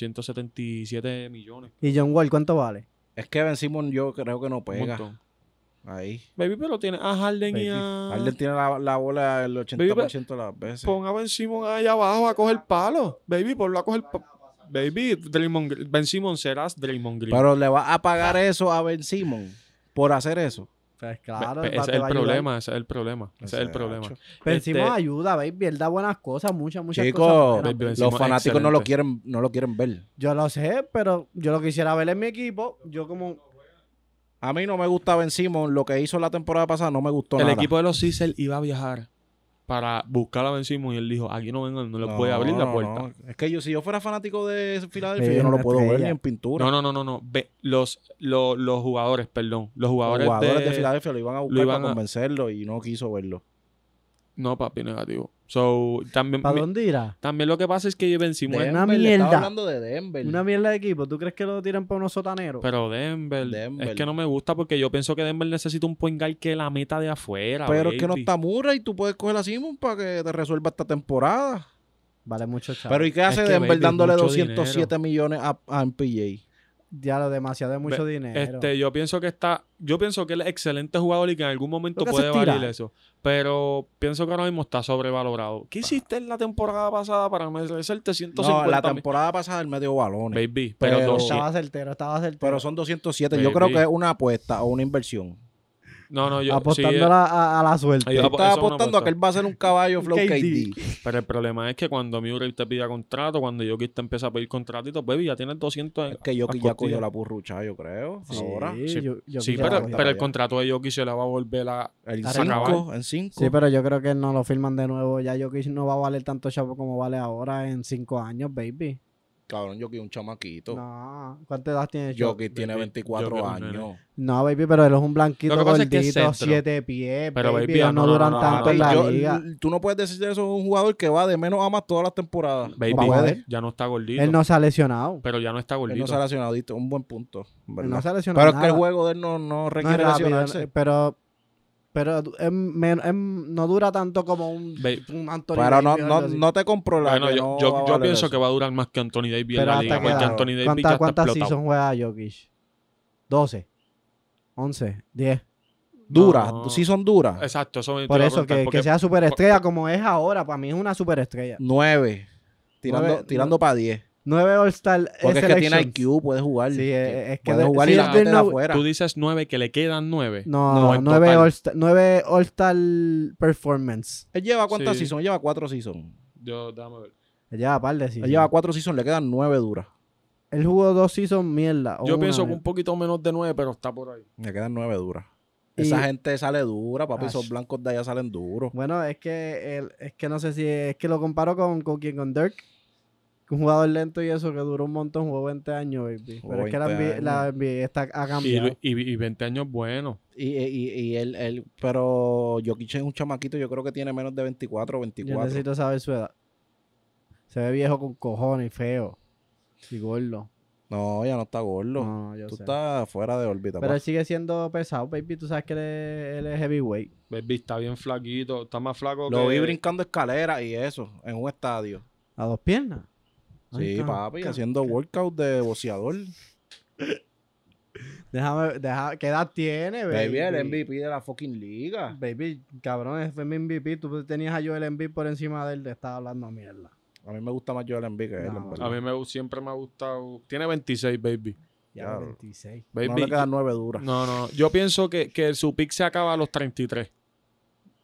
Speaker 1: 177 millones.
Speaker 2: ¿Y John Wall cuánto vale?
Speaker 3: Es que Ben Simon yo creo que no
Speaker 1: Un
Speaker 3: pega.
Speaker 1: montón.
Speaker 3: Ahí.
Speaker 1: Baby, pero tiene a Harden y
Speaker 2: Baby,
Speaker 1: a...
Speaker 3: Harden tiene la, la bola el 80% de las veces.
Speaker 1: Pon a Ben Simmons allá abajo a coger palo. Baby, ponlo a coger palo. Baby, Draymond Gre- Ben Simmons serás Draymond Green.
Speaker 3: Pero le vas a pagar eso a Ben Simon por hacer eso.
Speaker 2: Pues
Speaker 1: Ve-
Speaker 2: claro.
Speaker 1: ve-
Speaker 2: va-
Speaker 1: ese
Speaker 2: te
Speaker 1: es el
Speaker 2: va a ayudar.
Speaker 1: problema, ese es el problema, ese es el problema.
Speaker 3: Hacho.
Speaker 2: Pero
Speaker 1: Este-
Speaker 2: encima ayuda, baby. Él da buenas cosas, muchas, muchas
Speaker 3: Chicos,
Speaker 2: cosas. buenas,
Speaker 1: Baby,
Speaker 2: baby.
Speaker 1: Ben
Speaker 3: Los
Speaker 1: Simmons,
Speaker 3: fanáticos no lo
Speaker 1: excelente.
Speaker 3: quieren, no lo quieren ver.
Speaker 2: Yo lo sé, pero yo lo quisiera ver en mi equipo. Yo como...
Speaker 3: A mí no me gusta Ben Simon. Lo que hizo la temporada pasada no me gustó
Speaker 1: El
Speaker 3: nada.
Speaker 1: equipo de los Sixers iba a viajar para buscar a Ben Simmons y él dijo, aquí no vengan, no les voy a abrir la
Speaker 3: no,
Speaker 1: puerta.
Speaker 3: no. Es que yo, si yo fuera fanático de Filadelfia,
Speaker 2: Baby,
Speaker 3: yo no lo
Speaker 2: una
Speaker 3: puedo ver
Speaker 2: estrella.
Speaker 3: ni en pintura.
Speaker 1: No, no, no, no, no. Ve- los, lo- los jugadores, perdón. Los jugadores,
Speaker 3: Los jugadores
Speaker 1: de...
Speaker 3: de, Filadelfia lo iban a
Speaker 1: este lo
Speaker 3: buscar
Speaker 1: iban
Speaker 3: para
Speaker 1: a-
Speaker 3: convencerlo y no quiso verlo.
Speaker 1: No, papi, negativo. So, también,
Speaker 2: ¿Para
Speaker 1: mi-
Speaker 2: dónde irá?
Speaker 1: también lo que pasa es que Ben Simmons...
Speaker 2: Denver,
Speaker 3: le estaba
Speaker 2: mierda.
Speaker 3: hablando de Denver.
Speaker 2: Una mierda de equipo. ¿Tú crees que lo tiran para unos sotaneros?
Speaker 1: Pero Denver,
Speaker 3: Denver.
Speaker 1: Es que no me gusta porque yo pienso que Denver necesita un point guard que la meta de afuera.
Speaker 3: Pero es que no
Speaker 1: baby.
Speaker 3: está Murray y tú puedes coger a Simon para que te resuelva esta temporada.
Speaker 2: Vale mucho chavo.
Speaker 3: Pero ¿y qué
Speaker 1: Es
Speaker 3: hace
Speaker 1: que,
Speaker 3: Denver
Speaker 1: baby,
Speaker 3: dándole
Speaker 1: mucho
Speaker 3: 207 millones a, a MPJ?
Speaker 2: Ya lo demasiado de mucho dinero.
Speaker 1: Este, yo pienso que está, yo pienso que él es excelente jugador y que en algún momento
Speaker 2: Lo que
Speaker 1: puede
Speaker 2: hace es tirar.
Speaker 1: valer eso. Pero pienso que ahora mismo está sobrevalorado. ¿Qué hiciste en la temporada pasada para merecerte
Speaker 3: Ah. No,
Speaker 1: 150
Speaker 3: la
Speaker 1: mil?
Speaker 3: temporada pasada él me dio balones.
Speaker 1: Baby, pero,
Speaker 3: Pero-
Speaker 1: dos-
Speaker 2: Estaba certero, estaba certero.
Speaker 3: Pero son 207. Yo
Speaker 1: Baby.
Speaker 3: creo que es una apuesta o una inversión.
Speaker 1: no, no, yo sí, eh.
Speaker 2: apostando a, la- a- a la suerte.
Speaker 1: Ahí
Speaker 3: Yo
Speaker 1: va.
Speaker 3: estaba
Speaker 1: eso es una
Speaker 3: apostando a
Speaker 1: apuesta.
Speaker 3: que él va a ser un caballo flow
Speaker 2: KD.
Speaker 3: KD.
Speaker 1: pero el problema es que cuando Murray te pida contrato, cuando Jokic te empieza a pedir contratito, baby, ya tienes 200 en-
Speaker 3: Es que yo
Speaker 1: a
Speaker 3: ya cogió
Speaker 1: costilla.
Speaker 3: la purrucha, yo creo.
Speaker 2: Sí,
Speaker 3: Ahora.
Speaker 1: sí.
Speaker 2: yo- yo
Speaker 1: Sí,
Speaker 2: creo
Speaker 1: pero,
Speaker 2: que-
Speaker 1: pero el contrato de Jokic se la va a volver a
Speaker 3: El
Speaker 2: Para acabar.
Speaker 3: 5, en 5.
Speaker 2: Sí, pero yo creo que no lo firman de nuevo. Ya Jokic no va a valer tanto chavo como vale ahora en cinco años, baby.
Speaker 3: Cabrón, yo un chamaquito.
Speaker 2: No, ¿cuánta edad tiene
Speaker 3: Yo
Speaker 2: Jokic?
Speaker 3: tiene
Speaker 1: Baby,
Speaker 3: 24
Speaker 1: Jokic es un
Speaker 3: años.
Speaker 2: No, baby, pero él es un blanquito
Speaker 1: Lo que pasa es que es
Speaker 2: gordito,
Speaker 1: centro.
Speaker 2: siete pies,
Speaker 1: Pero,
Speaker 2: pero
Speaker 1: baby,
Speaker 2: baby, ellos
Speaker 1: no,
Speaker 2: no,
Speaker 1: no,
Speaker 2: duran
Speaker 1: no, no,
Speaker 2: tanto
Speaker 1: no,
Speaker 2: en
Speaker 1: no.
Speaker 2: la
Speaker 3: Yo-
Speaker 2: liga.
Speaker 3: tú no puedes decir eso de un jugador que va de menos a más todas las temporadas.
Speaker 1: Baby,
Speaker 2: Vamos a ver.
Speaker 1: ya no está gordito.
Speaker 2: Él no se ha lesionado.
Speaker 1: Pero ya no está
Speaker 3: Él
Speaker 1: gordito.
Speaker 3: no se ha lesionado, diste un buen punto.
Speaker 2: Él
Speaker 3: ¿verdad?
Speaker 2: no se ha lesionado
Speaker 3: pero es que el
Speaker 2: nada.
Speaker 3: juego de él no, no
Speaker 2: No
Speaker 3: requiere eh,
Speaker 2: es rápido,
Speaker 3: lesionarse.
Speaker 2: pero, pero es men- es- no dura tanto como un,
Speaker 1: Baby,
Speaker 2: un Anthony
Speaker 3: Pero
Speaker 2: Davis
Speaker 3: no,
Speaker 2: o algo
Speaker 3: no,
Speaker 2: así.
Speaker 3: no te compro la
Speaker 1: Bueno,
Speaker 3: que
Speaker 1: yo,
Speaker 3: no
Speaker 1: yo-
Speaker 3: va a
Speaker 1: yo
Speaker 3: valer
Speaker 1: pienso
Speaker 3: eso.
Speaker 1: que va a durar más que Anthony Davis en
Speaker 2: Pero
Speaker 1: la
Speaker 2: hasta
Speaker 1: liga,
Speaker 2: que
Speaker 1: porque
Speaker 2: edad.
Speaker 1: Anthony Davis ya
Speaker 2: ¿Cuántas,
Speaker 1: está
Speaker 2: cuántas
Speaker 1: explotado.
Speaker 2: season juega Jokic? 12. 11. 10.
Speaker 3: Dura,
Speaker 1: No.
Speaker 3: sí son duras.
Speaker 1: Exacto, eso me te
Speaker 2: Por
Speaker 1: iba a
Speaker 2: eso,
Speaker 1: preguntar,
Speaker 2: que,
Speaker 1: porque
Speaker 2: que sea superestrella como es ahora. Para mí es una superestrella.
Speaker 3: 9. Tirando,
Speaker 2: Nueve,
Speaker 3: tirando para 10.
Speaker 2: 9 All-Star
Speaker 3: Porque es que tiene
Speaker 2: selections.
Speaker 3: IQ, puede jugar.
Speaker 2: Sí, eh, es que
Speaker 3: puede
Speaker 2: de-
Speaker 3: jugar
Speaker 2: sí,
Speaker 3: y
Speaker 2: es
Speaker 3: la
Speaker 2: de
Speaker 3: mete de
Speaker 2: no-
Speaker 3: afuera.
Speaker 1: Tú dices nueve, que le quedan nueve. No,
Speaker 2: No,
Speaker 1: en
Speaker 2: 9
Speaker 1: total.
Speaker 2: All-Star nueve All-Star Performance.
Speaker 3: Él lleva cuántas
Speaker 1: Sí.
Speaker 3: seasons? Él lleva 4 seasons.
Speaker 1: Yo, déjame ver.
Speaker 2: Ya, par de seasons.
Speaker 3: Él lleva 4 seasons, le quedan 9 duras.
Speaker 2: Él jugó dos seasons mierda. o
Speaker 1: Yo
Speaker 2: una
Speaker 1: pienso que
Speaker 2: mierda.
Speaker 1: un poquito menos de nueve, pero está por ahí.
Speaker 3: Le quedan 9 duras.
Speaker 2: Y-
Speaker 3: Esa gente sale dura, papi. Esos
Speaker 2: Ach.
Speaker 3: blancos de allá salen duros.
Speaker 2: Bueno, es que él- es que no sé si es que lo comparo con, con quien, con Dirk. Un jugador lento y eso que duró un montón, jugó 20 años, baby.
Speaker 3: Jugó
Speaker 2: Pero es que la
Speaker 3: 20
Speaker 2: NBA, la NBA está, ha
Speaker 1: Y,
Speaker 2: cambiado.
Speaker 1: y, y 20 años bueno.
Speaker 3: Y, y, y él, él, pero Jokic es un chamaquito, yo creo que tiene menos de 24 o
Speaker 2: Yo
Speaker 3: 24.
Speaker 2: necesito saber su edad. Se ve viejo con cojones, feo. Y gordo.
Speaker 3: No, ya no está gordo.
Speaker 2: No, yo
Speaker 3: Tú
Speaker 2: sé.
Speaker 3: estás fuera de órbita.
Speaker 2: Pero
Speaker 3: pa.
Speaker 2: él sigue siendo pesado, baby. Tú sabes que él es, él es heavyweight.
Speaker 1: Baby está bien flaquito, está más flaco
Speaker 3: Lo
Speaker 1: que...
Speaker 3: vi brincando escaleras y eso, en un estadio.
Speaker 2: A dos piernas. Ay,
Speaker 3: Sí,
Speaker 2: can-
Speaker 3: papi,
Speaker 2: can-
Speaker 3: haciendo workout de boceador.
Speaker 2: Déjame, déjame. ¿Qué edad tiene, baby?
Speaker 3: Baby, el MVP de la fucking liga.
Speaker 2: Baby, cabrón, ese fue mi MVP. Tú tenías a Joel Embiid por encima de él. Te estaba hablando mierda.
Speaker 3: A mí me gusta más Joel Embiid que él,
Speaker 2: No,
Speaker 3: en verdad.
Speaker 1: A mí me, siempre me ha gustado... Tiene 26, baby.
Speaker 2: Ya,
Speaker 3: Claro.
Speaker 2: 26.
Speaker 1: Baby,
Speaker 3: No le quedan nueve duras.
Speaker 1: No, no, yo pienso que, que su pick se acaba a los 33.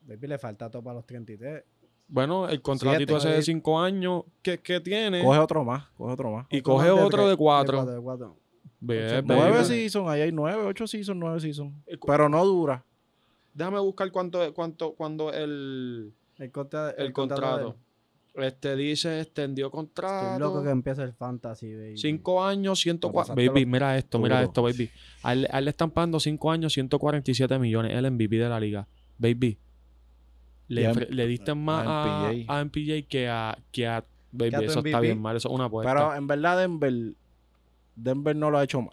Speaker 2: Baby, le falta todo para los 33.
Speaker 1: Bueno, el contratito
Speaker 3: Siete,
Speaker 1: ese de
Speaker 3: Javier.
Speaker 1: 5 años que, que tiene
Speaker 3: Coge otro más, coge otro más.
Speaker 1: y coge otro de 4.
Speaker 2: De cuatro.
Speaker 3: Nueve
Speaker 2: baby.
Speaker 3: seasons, ahí hay nueve, ocho seasons, nueve seasons.
Speaker 1: Eh, cu-
Speaker 3: Pero no dura.
Speaker 1: Déjame buscar cuánto, cuánto, cuando el,
Speaker 2: El, contra-
Speaker 1: el
Speaker 2: contrato de
Speaker 1: contrato.
Speaker 2: él.
Speaker 1: Este dice, extendió
Speaker 2: Estoy loco que
Speaker 1: contrato.
Speaker 2: empieza el fantasy, baby.
Speaker 1: 5 años,
Speaker 3: No,
Speaker 1: 104.
Speaker 3: pasártelo
Speaker 1: Baby, mira esto, mira
Speaker 3: duro.
Speaker 1: esto, baby. A él, a él le están pagando 5 años, 147 millones. El MVP de la liga. Baby.
Speaker 3: Y
Speaker 1: Le,
Speaker 3: a-
Speaker 1: fre- le diste más a,
Speaker 3: MPJ.
Speaker 1: a MPJ que a, que a Baby.
Speaker 2: Que a tu
Speaker 1: eso está
Speaker 2: MVP.
Speaker 1: bien mal. Eso es una apuesta.
Speaker 3: Pero en verdad, Denver, Denver no lo ha hecho mal.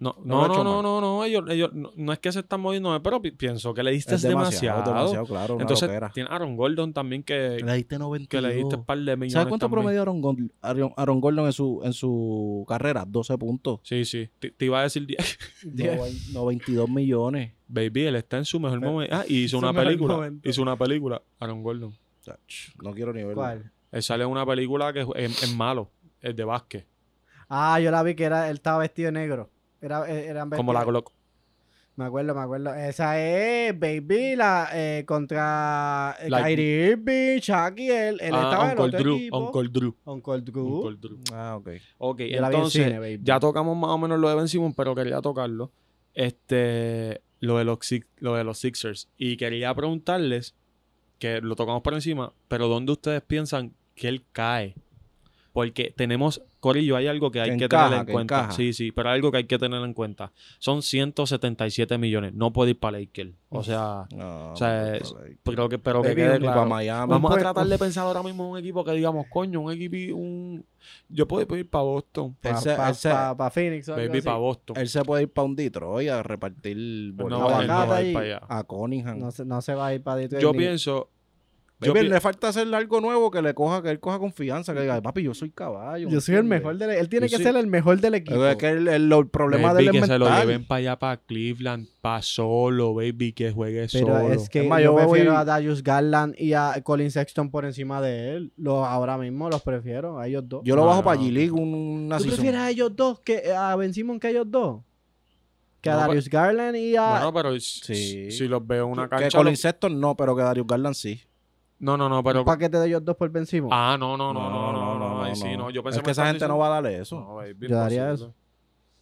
Speaker 1: No,
Speaker 3: No lo
Speaker 1: no,
Speaker 3: ha hecho
Speaker 1: no, no,
Speaker 3: mal.
Speaker 1: no, no, ellos, ellos no, no es que se están moviendo, pero pi- pienso que le diste
Speaker 3: Es demasiado,
Speaker 1: demasiado.
Speaker 3: demasiado, claro. Una
Speaker 1: Entonces,
Speaker 3: loquera.
Speaker 1: tiene Aaron Gordon también que,
Speaker 3: Le diste 90.
Speaker 1: que le diste un par de millones.
Speaker 3: ¿Sabes cuánto
Speaker 1: también.
Speaker 3: promedio Aaron, Gordon- Aaron, Aaron Gordon en su, en su carrera? 12 puntos.
Speaker 1: Sí, sí, te, te iba a decir 10.
Speaker 3: Noven- 92 millones.
Speaker 1: Baby, él está en su mejor
Speaker 2: Pero-
Speaker 1: momento. Ah, y hizo
Speaker 2: su
Speaker 1: una
Speaker 2: mejor
Speaker 1: película.
Speaker 2: momento.
Speaker 1: Hizo una película, Aaron Gordon.
Speaker 3: Ach, No quiero ni verlo.
Speaker 2: ¿Cuál?
Speaker 1: Él sale en una película que es, es- es malo, es de básquet,
Speaker 2: Ah, yo la vi que era, él estaba vestido de negro. Era, eh, eran
Speaker 1: como la
Speaker 2: vestidos-
Speaker 1: Glock.
Speaker 2: Me acuerdo, me acuerdo. Esa es Baby la, eh, contra eh,
Speaker 1: La-
Speaker 2: Kyrie Irving, Chucky. Él, él estaba
Speaker 1: Ah,
Speaker 2: en
Speaker 1: Uncle
Speaker 2: otro
Speaker 1: Drew,
Speaker 2: equipo.
Speaker 1: Uncle Drew,
Speaker 2: Uncle Drew.
Speaker 1: Uncle Drew.
Speaker 3: Ah, ok.
Speaker 1: Ok,
Speaker 2: Yo la vi en
Speaker 1: entonces,
Speaker 2: cine, baby.
Speaker 1: ya tocamos más o menos lo de Ben Simmons, pero quería tocarlo. Este, lo de los, Six- lo de los Sixers. Y quería preguntarles, que lo tocamos por encima, pero ¿dónde ustedes piensan que él cae? Porque tenemos, Corillo, hay algo que hay
Speaker 3: Que
Speaker 1: que,
Speaker 3: encaja,
Speaker 1: tener en
Speaker 3: que
Speaker 1: cuenta.
Speaker 3: encaja.
Speaker 1: Sí, sí, pero hay algo que hay que tener en cuenta. Son 177 millones. No puede ir para Lakers. O sea,
Speaker 3: No,
Speaker 1: O sea,
Speaker 3: no,
Speaker 1: es-
Speaker 3: no, no.
Speaker 1: pero que, pero que
Speaker 3: Baby,
Speaker 1: quede
Speaker 3: ni pa'
Speaker 1: claro.
Speaker 3: Miami.
Speaker 1: Vamos a
Speaker 2: Pues-
Speaker 1: tratar de pensar ahora mismo en un equipo que digamos, coño, un equipo, un... Yo puedo ir para Boston.
Speaker 2: Pa-
Speaker 3: Ese-
Speaker 2: pa-
Speaker 3: ese-
Speaker 2: pa- pa Phoenix. o algo
Speaker 1: Baby,
Speaker 2: así.
Speaker 1: para Boston. Pues
Speaker 3: Él se puede ir para un Detroit a repartir
Speaker 1: No,
Speaker 3: boletos
Speaker 1: va- él no va a
Speaker 2: ahí.
Speaker 1: ir para allá.
Speaker 3: a Cunningham.
Speaker 2: No se, no se va a ir para Detroit.
Speaker 1: Yo
Speaker 2: ni-
Speaker 1: pienso. Yo
Speaker 3: Baby,
Speaker 1: pi-
Speaker 3: le falta hacer algo nuevo que le coja, que él coja confianza, que diga, papi, yo soy caballo.
Speaker 2: Yo soy el mejor del Él tiene
Speaker 3: Yo
Speaker 2: que
Speaker 3: soy-
Speaker 2: ser el mejor del equipo.
Speaker 3: equipo. Es que el, el- el problema
Speaker 1: baby,
Speaker 3: de él
Speaker 1: que
Speaker 3: es
Speaker 1: se lo
Speaker 3: mental.
Speaker 1: lleven para allá, para Cleveland, para solo, baby, que juegue
Speaker 2: Pero
Speaker 1: solo.
Speaker 2: es que
Speaker 3: Es más,
Speaker 2: yo
Speaker 3: yo voy-
Speaker 2: prefiero a Darius Garland y a Colin Sexton por encima de él. Los, ahora mismo los prefiero, a ellos dos.
Speaker 3: Yo lo
Speaker 1: No,
Speaker 3: bajo
Speaker 1: no,
Speaker 3: para
Speaker 1: no.
Speaker 3: G-League una
Speaker 2: ¿Tú
Speaker 3: season.
Speaker 2: prefieres a ellos dos que eh, a Ben Simmons que a ellos dos? Que a
Speaker 1: No, pa-
Speaker 2: Darius Garland y a...
Speaker 1: Bueno, pero s-
Speaker 3: Sí.
Speaker 1: si los veo en una
Speaker 3: que
Speaker 1: cancha.
Speaker 3: Colin
Speaker 1: los-
Speaker 3: Sexton no, pero que Darius Garland sí.
Speaker 1: No, no, no,
Speaker 2: un
Speaker 1: pero.
Speaker 2: paquete de ellos dos por Ben Simmons.
Speaker 1: Ah, no, no, no, no, no, no. ahí sí, no. Yo pensé
Speaker 3: es que esa gente no va a darle eso.
Speaker 1: No, baby,
Speaker 2: Yo daría
Speaker 1: imposible.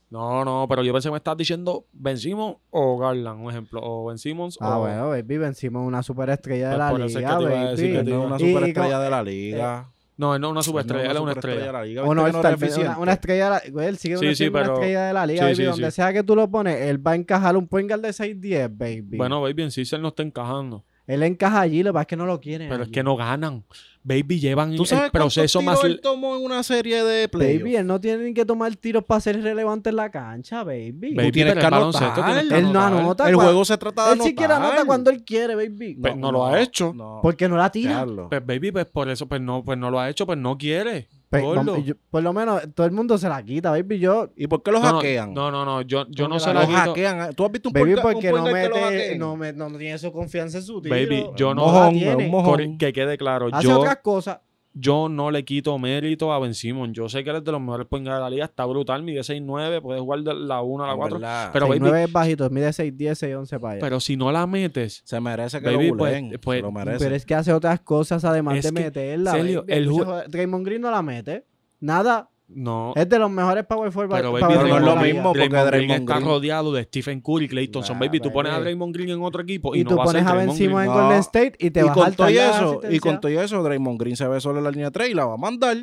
Speaker 1: No, no, pero yo pensé que me estás diciendo Ben Simmons o Garland, un ejemplo. O Ben Simmons
Speaker 2: Ah,
Speaker 1: o.
Speaker 2: bueno, baby, Ben Simmons es una superestrella de
Speaker 1: Pues
Speaker 2: la
Speaker 1: por eso es que
Speaker 2: liga,
Speaker 1: te iba a decir
Speaker 3: Que
Speaker 1: que
Speaker 2: baby.
Speaker 1: te-
Speaker 3: no es una
Speaker 2: Y- y
Speaker 3: superestrella
Speaker 2: como-
Speaker 3: de la liga.
Speaker 1: No, él no es una
Speaker 3: No
Speaker 1: superestrella, él es una estrella.
Speaker 3: de la liga.
Speaker 2: O no,
Speaker 3: ¿Viste
Speaker 2: él
Speaker 3: que
Speaker 2: tal
Speaker 3: era
Speaker 2: vez una,
Speaker 3: eficiente?
Speaker 2: una estrella de la güey, él sigue
Speaker 1: Sí,
Speaker 2: una,
Speaker 1: sí,
Speaker 2: una
Speaker 1: pero-
Speaker 2: estrella de la liga,
Speaker 1: sí,
Speaker 2: baby.
Speaker 1: sí, sí.
Speaker 2: donde sea que tú lo pones, él va a encajar un point guard de 6'10", baby.
Speaker 1: Bueno, baby, en sí se no está encajando.
Speaker 2: él encaja allí, lo que pasa es que no lo quieren
Speaker 1: Pero es
Speaker 2: allí.
Speaker 1: que no ganan. Baby, llevan
Speaker 3: ¿Tú sabes
Speaker 1: el proceso más.
Speaker 3: él tomó en una serie de
Speaker 2: Baby,
Speaker 3: playoffs?
Speaker 2: él no tiene ni que tomar tiros para ser relevante en la cancha, baby.
Speaker 1: Baby, pero
Speaker 3: tienes
Speaker 1: el
Speaker 3: que
Speaker 1: baloncesto
Speaker 3: anotar.
Speaker 1: tienes que
Speaker 2: Él no
Speaker 1: anotar.
Speaker 2: anota.
Speaker 3: El
Speaker 2: cuando-
Speaker 3: juego se trata de
Speaker 2: Él siquiera anota cuando él quiere, baby.
Speaker 1: Pe- no lo ha hecho.
Speaker 3: No.
Speaker 2: Porque no la tira.
Speaker 3: Carlos.
Speaker 1: Pues baby, pues por eso, pues no, pues no lo ha hecho, pues no quiere.
Speaker 2: Pe-
Speaker 1: Gordo.
Speaker 2: no, yo- por lo menos todo el mundo se la quita, baby. Yo,
Speaker 3: ¿Y por qué lo
Speaker 1: No, no,
Speaker 3: hackean?
Speaker 1: No, no, no, yo, yo no
Speaker 2: Porque
Speaker 1: se
Speaker 2: la
Speaker 1: la
Speaker 3: Lo
Speaker 1: quito.
Speaker 3: hackean. ¿Tú has visto un
Speaker 2: baby,
Speaker 3: porca- un
Speaker 2: porque no,
Speaker 3: point guard que lo
Speaker 2: mete,
Speaker 3: hackeen?
Speaker 2: no, me- no tiene su confianza en su tiro.
Speaker 1: Baby, yo
Speaker 3: Un
Speaker 1: no.
Speaker 2: la
Speaker 3: mojón,
Speaker 2: tiene.
Speaker 3: un mojón.
Speaker 1: Cori- que quede claro,
Speaker 2: Hace
Speaker 1: yo,
Speaker 2: otras cosas.
Speaker 1: yo no le quito mérito a Ben Simmons. Yo sé que él es de los mejores point guard de la liga, está brutal, mide 6'9, puede jugar de la 1 a la
Speaker 3: En
Speaker 1: 4.
Speaker 3: verdad,
Speaker 1: Pero baby,
Speaker 2: 9 es bajito, mide 6, 10, 6, 11 para allá. Pero,
Speaker 1: pero si no la metes,
Speaker 3: se merece que
Speaker 1: Baby,
Speaker 3: lo
Speaker 1: pues-
Speaker 3: buleen. se
Speaker 1: pues-
Speaker 3: lo merece.
Speaker 2: es que hace otras cosas además
Speaker 1: Es
Speaker 2: de
Speaker 1: que,
Speaker 2: meterla.
Speaker 1: Celio,
Speaker 2: baby.
Speaker 1: el
Speaker 2: Hay
Speaker 1: ju-
Speaker 2: muchos jugadores- Draymond Green no la mete. Nada.
Speaker 1: no.
Speaker 2: Es de los mejores power forward.
Speaker 1: Pero, baby,
Speaker 2: power
Speaker 3: Pero no
Speaker 2: forward
Speaker 3: es lo
Speaker 2: de la
Speaker 1: Green-
Speaker 3: mismo
Speaker 2: liga.
Speaker 3: porque
Speaker 1: Draymond Green
Speaker 3: Draymond
Speaker 1: está
Speaker 3: Green-
Speaker 1: rodeado de Stephen Curry y Clayton
Speaker 3: Ah,
Speaker 1: baby. Tú pones a
Speaker 3: baby.
Speaker 1: Draymond Green en otro equipo y,
Speaker 2: Y
Speaker 1: no
Speaker 2: tú
Speaker 1: va a ser
Speaker 2: pones a Ben
Speaker 1: Draymond Green.
Speaker 2: Simmons en
Speaker 3: No.
Speaker 2: Golden State y te
Speaker 3: y
Speaker 2: vas
Speaker 3: con
Speaker 2: al
Speaker 3: todo y
Speaker 2: tarde de
Speaker 3: eso, y
Speaker 2: asistencia.
Speaker 3: con todo y eso, Draymond Green se ve solo en la línea 3 y la va a mandar.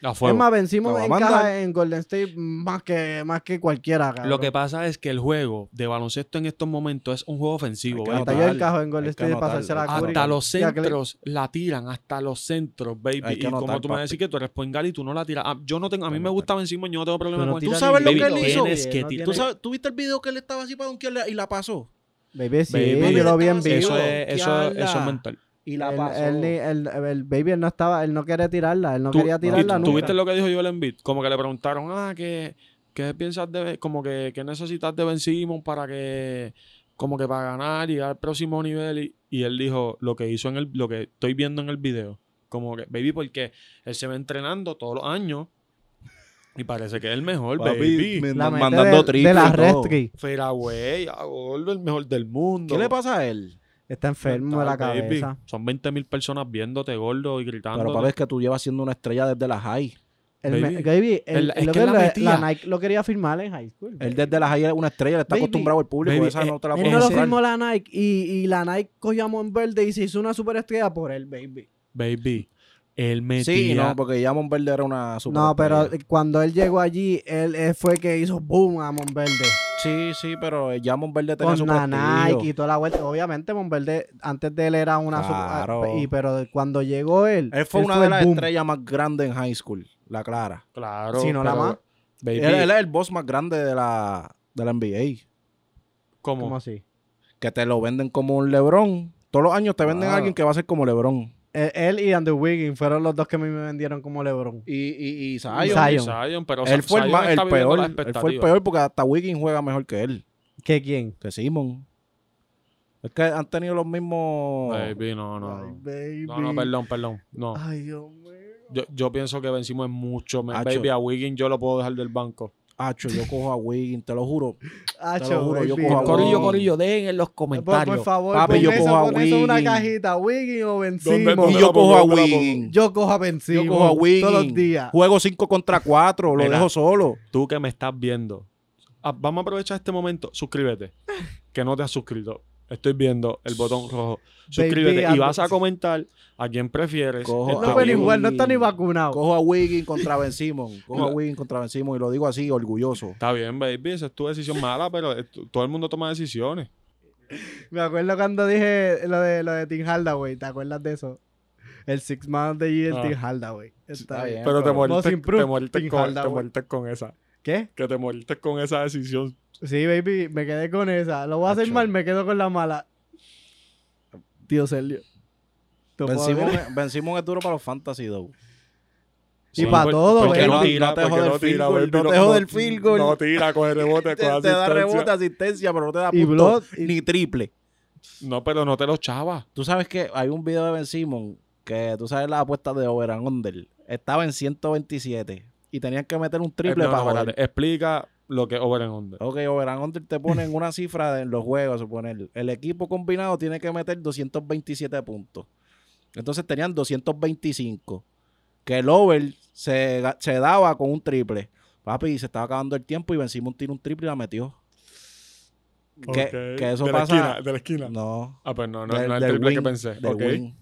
Speaker 1: A fuego.
Speaker 2: Es más, vencimos
Speaker 3: Lo
Speaker 2: en,
Speaker 3: va a
Speaker 2: caja
Speaker 3: mandar.
Speaker 2: en Golden State más que, más que cualquiera. cabrón.
Speaker 1: Lo que pasa es que el juego de baloncesto en estos momentos es un juego ofensivo.
Speaker 3: Hay que
Speaker 1: baby.
Speaker 2: Hasta
Speaker 3: anotar,
Speaker 2: yo el cajón en
Speaker 3: hay
Speaker 2: Golden
Speaker 3: que
Speaker 2: State para
Speaker 3: anotar,
Speaker 2: hacerse la
Speaker 3: hay que
Speaker 2: cura.
Speaker 1: Hasta
Speaker 3: anotar.
Speaker 1: los
Speaker 2: Ya que le-
Speaker 1: centros la tiran, hasta los centros, baby.
Speaker 3: Hay que
Speaker 1: y como
Speaker 3: anotar,
Speaker 1: tú me vas a decir
Speaker 3: papi.
Speaker 1: que tú eres point guard y tú no la tiras. Ah, yo no tengo, a mí
Speaker 3: Hay que
Speaker 1: me
Speaker 3: anotar.
Speaker 1: gusta Benzimos, yo no tengo problema
Speaker 2: Tú no
Speaker 1: con
Speaker 2: tiras
Speaker 1: eso.
Speaker 3: ¿Tú sabes lo
Speaker 1: Baby,
Speaker 3: que él hizo?
Speaker 1: tienes que
Speaker 2: No
Speaker 1: tirar.
Speaker 3: ¿Tú,
Speaker 2: tiene-
Speaker 3: sabes, ¿Tú viste el video que él estaba así para donkearle y la pasó?
Speaker 2: Baby, sí,
Speaker 1: Baby,
Speaker 2: yo lo vi en
Speaker 3: eso
Speaker 2: vivo.
Speaker 1: Eso es, eso,
Speaker 3: Diabla.
Speaker 1: eso es mental.
Speaker 3: Y
Speaker 2: El,
Speaker 3: la pasó.
Speaker 2: el ni- el- el baby él no estaba, él no quería tirarla, él no
Speaker 1: Tú-
Speaker 2: quería
Speaker 1: y
Speaker 2: tirarla
Speaker 1: tú-
Speaker 2: nunca.
Speaker 1: ¿Tú viste lo que dijo Joel Embiid? Como que le preguntaron, ah, ¿qué, qué piensas de, como que, qué necesitas de Ben Simmons para que, como que para ganar y llegar al próximo nivel? Y, y él dijo lo que hizo en el, lo que estoy viendo en el video. Como que, baby, porque él se va entrenando todos los años y parece que es el mejor,
Speaker 3: Papi,
Speaker 1: baby.
Speaker 3: me-
Speaker 2: La mente
Speaker 3: mandando
Speaker 2: de, de
Speaker 3: triple
Speaker 2: la
Speaker 3: y todo.
Speaker 2: Restri.
Speaker 1: Fairway, a gordo, el mejor del mundo.
Speaker 3: ¿Qué le pasa a él?
Speaker 2: Está enfermo de la
Speaker 1: Mental, baby.
Speaker 2: cabeza.
Speaker 1: Son 20 mil personas viéndote, gordo, y gritando.
Speaker 3: Pero parece que tú llevas siendo una estrella desde la high.
Speaker 2: El me-
Speaker 1: Baby.
Speaker 2: baby, el-
Speaker 1: El-
Speaker 2: lo
Speaker 1: es que
Speaker 2: que
Speaker 1: él
Speaker 2: lo-
Speaker 1: la
Speaker 2: la,
Speaker 1: metía.
Speaker 2: Nike lo quería firmar en high school.
Speaker 3: Él desde la high era una estrella, le está
Speaker 2: Baby,
Speaker 3: acostumbrado al público.
Speaker 1: baby,
Speaker 3: esa no te la
Speaker 1: eh,
Speaker 2: Él
Speaker 3: puedo
Speaker 2: no lo
Speaker 1: Ese-
Speaker 3: comprar.
Speaker 2: firmó la Nike y, y la Nike cogió a Mon Verde y se hizo una superestrella por él, baby.
Speaker 1: Baby, él metía...
Speaker 3: Sí, no, porque ya Monverde era una super
Speaker 2: No, pero eh, cuando él llegó allí, él, él fue que hizo boom a Mon Verde.
Speaker 3: Sí, sí, pero ya Monverde tenía
Speaker 2: Con
Speaker 3: su
Speaker 2: la
Speaker 3: prestigio.
Speaker 2: Nike y toda la vuelta. Obviamente, Mon Verde, antes de él era una super-
Speaker 3: Claro.
Speaker 2: y Pero cuando llegó él,
Speaker 3: Él fue una
Speaker 2: fue
Speaker 3: de
Speaker 2: el
Speaker 3: las
Speaker 2: boom.
Speaker 3: estrellas más grandes en high school, la Clara.
Speaker 1: Claro.
Speaker 2: Si no la
Speaker 1: pero,
Speaker 2: más.
Speaker 1: Baby,
Speaker 3: Él, él es el boss más grande de la, de la NBA.
Speaker 1: ¿cómo?
Speaker 2: ¿Cómo
Speaker 3: Eh,
Speaker 2: así?
Speaker 3: Que te lo venden como un Lebron. Todos los años te venden
Speaker 1: Ah.
Speaker 2: Claro.
Speaker 3: a alguien que va a ser como Lebron.
Speaker 2: Él, Eh, él y Andrew Wiggins fueron los dos que a mí me vendieron como LeBron.
Speaker 3: Y, y, y Zion.
Speaker 1: Zion,
Speaker 2: Zion.
Speaker 1: Zion, pero
Speaker 3: Él fue el,
Speaker 1: Zion
Speaker 3: más-
Speaker 1: está
Speaker 3: el
Speaker 1: viviendo
Speaker 3: peor.
Speaker 1: la
Speaker 3: Él fue el
Speaker 1: expectativa.
Speaker 3: peor porque hasta Wiggins juega mejor que él,
Speaker 2: ¿Qué quién?
Speaker 3: que Simon. Es que han tenido los mismos...
Speaker 1: Baby, no, no.
Speaker 2: Ay,
Speaker 1: no.
Speaker 2: baby.
Speaker 1: No, no, perdón, perdón. No.
Speaker 3: Ah.
Speaker 2: Ay, Dios mío.
Speaker 1: Yo, yo pienso que vencimos es mucho. me-
Speaker 3: Acho.
Speaker 1: baby, a Wiggins yo lo puedo dejar del banco.
Speaker 3: Hacho, yo cojo a Wiggins, te lo juro.
Speaker 2: Hacho,
Speaker 3: juro, yo
Speaker 2: baby,
Speaker 3: cojo a
Speaker 2: no.
Speaker 3: Corillo, Wiggins. corillo,
Speaker 1: den en los
Speaker 2: Por- Por, favor,
Speaker 3: Papi,
Speaker 2: pon
Speaker 3: yo
Speaker 2: eso,
Speaker 3: cojo a
Speaker 2: pon eso en una
Speaker 3: Wiggins.
Speaker 2: cajita, Wiggins o Ben
Speaker 1: ¿Dónde-
Speaker 2: Simmons.
Speaker 3: Y
Speaker 1: dónde
Speaker 3: yo
Speaker 1: la
Speaker 3: cojo
Speaker 1: pongo?
Speaker 3: a
Speaker 1: ¿Dónde la pongo?
Speaker 3: Wiggins.
Speaker 2: Yo cojo a Ben
Speaker 3: Yo
Speaker 2: Simmons
Speaker 3: cojo a Wiggins.
Speaker 2: todos los días.
Speaker 3: Juego 5 contra 4, lo
Speaker 1: Mira.
Speaker 3: dejo solo.
Speaker 1: Tú que me estás viendo. Ah, vamos a aprovechar este momento. Suscríbete. Que no te has suscrito. Estoy viendo el botón rojo. Suscríbete y
Speaker 2: ando-
Speaker 1: vas a comentar a quién prefieres.
Speaker 3: Cojo
Speaker 1: Esto-
Speaker 2: No,
Speaker 3: a
Speaker 2: pero igual no
Speaker 3: Wiggins.
Speaker 2: está ni vacunado.
Speaker 3: Cojo a Wiggins contra Ben Simon. Cojo a Wiggins contra Ben Simon y lo digo así, orgulloso.
Speaker 1: Está bien, baby. Esa es tu decisión mala, pero eh, t- todo el mundo toma decisiones.
Speaker 2: Me acuerdo cuando dije lo de, lo de Tim Hardaway, ¿te acuerdas de eso? El Six Man de Year
Speaker 1: Ah.
Speaker 2: Tim Hardaway. Está
Speaker 3: Está
Speaker 2: bien.
Speaker 3: bien.
Speaker 1: Pero te
Speaker 3: pero-
Speaker 1: moriste,
Speaker 2: Most improved,
Speaker 1: te moriste
Speaker 2: Tim
Speaker 1: con, te
Speaker 2: Hardaway.
Speaker 1: moriste con esa.
Speaker 2: ¿Qué?
Speaker 1: Que te moriste con esa decisión.
Speaker 2: Sí, baby, me quedé con esa. Lo voy a hacer
Speaker 3: Acho.
Speaker 2: mal, me quedo con la mala. Tío Sergio. Te
Speaker 3: Ben
Speaker 2: puedo
Speaker 3: Simon,
Speaker 2: ver.
Speaker 3: es- Ben Simon es duro para los fantasy, though.
Speaker 2: Y pa' todo,
Speaker 1: porque
Speaker 2: ¿verdad?
Speaker 1: pues, no tira,
Speaker 3: No te
Speaker 1: porque
Speaker 3: jode
Speaker 1: no
Speaker 3: el
Speaker 1: tira,
Speaker 3: field goal,
Speaker 1: baby,
Speaker 3: no te jode el field goal.
Speaker 1: No tira, coge rebote,
Speaker 3: Te,
Speaker 1: coge
Speaker 3: te da
Speaker 1: asistencia.
Speaker 3: rebote, asistencia, pero no te da
Speaker 2: Y
Speaker 3: punto
Speaker 2: block, y-
Speaker 3: ni triple.
Speaker 1: No, pero no te los chavas.
Speaker 3: Tú sabes que hay un video de Ben Simon que tú sabes las apuestas de Over and Under. Estaba en 127 y tenían que meter un triple
Speaker 1: Eh, no,
Speaker 3: para
Speaker 1: no,
Speaker 3: joder.
Speaker 1: espérate, Explica lo que es over and under.
Speaker 3: Ok, Over and Under te ponen una cifra de- en los juegos, suponer. El equipo combinado tiene que meter 227 puntos. Entonces tenían 225. Que el over se, ga- se daba con un triple. Papi, se estaba acabando el tiempo y Ben Simon tiró un triple y la metió. Que,
Speaker 1: Ok.
Speaker 3: que eso
Speaker 1: de
Speaker 3: pasa.
Speaker 1: La esquina, de la esquina.
Speaker 3: No.
Speaker 1: Ah, pues no, no,
Speaker 3: del-
Speaker 1: no es el
Speaker 3: del
Speaker 1: triple que
Speaker 3: win,
Speaker 1: pensé.
Speaker 3: del
Speaker 1: Ok.
Speaker 3: win.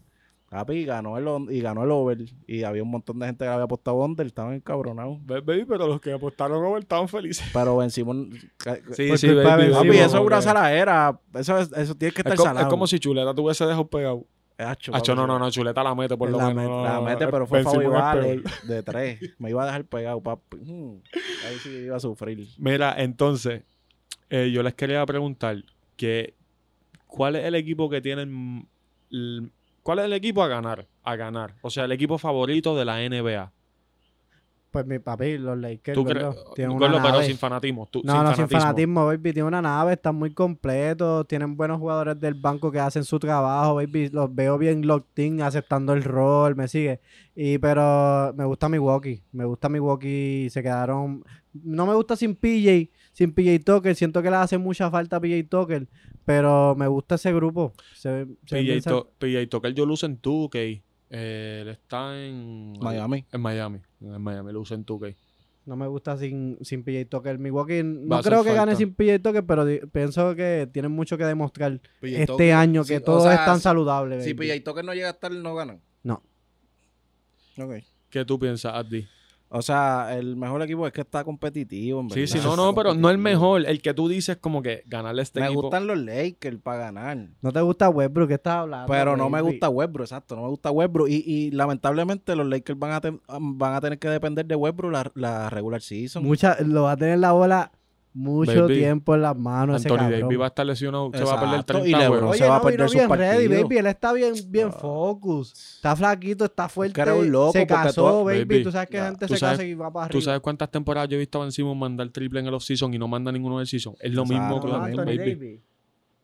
Speaker 3: Papi, ganó el, on- y ganó el over. Y había un montón de gente que le había apostado under. Estaban encabronados.
Speaker 1: Ba- Baby, pero los que apostaron over estaban felices.
Speaker 3: Pero Ben Simon... ca- ca-
Speaker 1: Sí,
Speaker 2: Por
Speaker 1: sí,
Speaker 2: culpa de
Speaker 1: baby.
Speaker 2: Ben
Speaker 3: Papi,
Speaker 2: Simon,
Speaker 3: eso es una
Speaker 1: ok.
Speaker 3: salaera. Eso, es- eso tiene que estar
Speaker 1: Es, como- es
Speaker 3: salado.
Speaker 1: como si Chuleta te hubiese dejado pegado.
Speaker 3: Hacho,
Speaker 1: Hacho,
Speaker 3: papi,
Speaker 1: no, no, no, Chuleta la mete por lo
Speaker 3: la,
Speaker 1: menos. eh,
Speaker 3: met-
Speaker 1: no,
Speaker 3: la
Speaker 1: no, no,
Speaker 3: mete, pero
Speaker 1: no,
Speaker 3: fue eh.
Speaker 1: Ben Simon
Speaker 3: Fabio
Speaker 1: es
Speaker 3: Vale
Speaker 1: peor.
Speaker 3: de tres. Me iba a dejar pegado, papi. Mm, Ahí sí iba a sufrir.
Speaker 1: Mira, entonces, eh, yo les quería preguntar que ¿cuál es el equipo que tienen l- cuál es el equipo a ganar? A ganar. O sea, el equipo favorito de la NBA.
Speaker 2: Pues mi papi, los Lakers.
Speaker 1: Tú crees,
Speaker 2: gordo, tienen
Speaker 1: Gordo,
Speaker 2: una
Speaker 1: pero
Speaker 2: nave.
Speaker 1: sin fanatismo. tú-
Speaker 2: No,
Speaker 1: sin
Speaker 2: no,
Speaker 1: fanatismo.
Speaker 2: sin fanatismo, baby. Tiene una nave, están muy completos. Tienen buenos jugadores del banco que hacen su trabajo, baby. Los veo bien locked in, aceptando el rol, me sigue. Y pero me gusta Milwaukee. Me gusta Milwaukee. Se quedaron. No me gusta sin PJ, sin PJ Tucker. Siento que le hace mucha falta a PJ Tucker. Pero me gusta ese grupo. Se, se ven bien
Speaker 1: PJ, To- PJ Tucker yo lo uso en 2K. Eh, él está en
Speaker 3: Miami.
Speaker 1: En Miami. En Miami lo uso en 2K.
Speaker 2: No me gusta sin, sin PJ Tucker. Milwaukee no
Speaker 1: Va a hacer
Speaker 2: creo que gane
Speaker 1: falta.
Speaker 2: sin PJ Tucker, pero di- pienso que tienen mucho que demostrar
Speaker 3: PJ
Speaker 2: este
Speaker 3: Tucker,
Speaker 2: año, que
Speaker 3: sí, o
Speaker 2: todos
Speaker 3: sea, pues,
Speaker 2: están
Speaker 3: si-
Speaker 2: saludables.
Speaker 3: Si
Speaker 2: baby.
Speaker 3: PJ Tucker no llega a estar, no ganan.
Speaker 2: No.
Speaker 3: Ok.
Speaker 1: ¿Qué tú piensas, Addi?
Speaker 3: O sea, el mejor equipo es que está competitivo. en
Speaker 1: Sí,
Speaker 3: verdad.
Speaker 1: sí, no, no,
Speaker 3: Está
Speaker 1: pero no el
Speaker 3: competitivo.
Speaker 1: mejor. El que tú dices como que ganarle a este
Speaker 3: Me
Speaker 1: equipo.
Speaker 3: gustan los Lakers para ganar.
Speaker 2: No te gusta Westbrook, ¿qué estás hablando?
Speaker 3: Pero no me
Speaker 2: baby?
Speaker 3: gusta Westbrook, exacto, no me gusta Westbrook. Y, y lamentablemente los Lakers van a, ten- van a tener que depender de Westbrook la, la regular season.
Speaker 2: Mucha, lo va a tener la bola mucho
Speaker 1: Baby.
Speaker 2: tiempo en las manos. ese
Speaker 1: Anthony
Speaker 2: cabrón.
Speaker 1: Davis va a estar lesionado, se va a perder
Speaker 3: Exacto,
Speaker 1: 30
Speaker 3: y LeBron.
Speaker 1: juegos.
Speaker 3: se va a
Speaker 2: vino
Speaker 3: perder sus
Speaker 2: bien ready,
Speaker 3: partidos.
Speaker 2: baby. Él está bien, bien
Speaker 3: Ah.
Speaker 2: focus. Está flaquito, está fuerte.
Speaker 3: era un loco,
Speaker 2: se
Speaker 3: porque
Speaker 2: casó,
Speaker 3: tú-
Speaker 2: baby.
Speaker 1: Baby,
Speaker 2: Tú sabes que
Speaker 3: ya,
Speaker 2: gente
Speaker 1: tú
Speaker 2: se
Speaker 1: sabes-
Speaker 2: casa y va para arriba.
Speaker 1: Tú sabes cuántas temporadas yo he visto a Ben Simmons mandar triple en el offseason y no manda ninguno del season. Es lo
Speaker 3: Exacto,
Speaker 1: mismo
Speaker 3: tú
Speaker 1: que
Speaker 2: No,
Speaker 1: lo
Speaker 3: también,
Speaker 1: mismo,
Speaker 2: Anthony
Speaker 1: baby.
Speaker 2: Davis.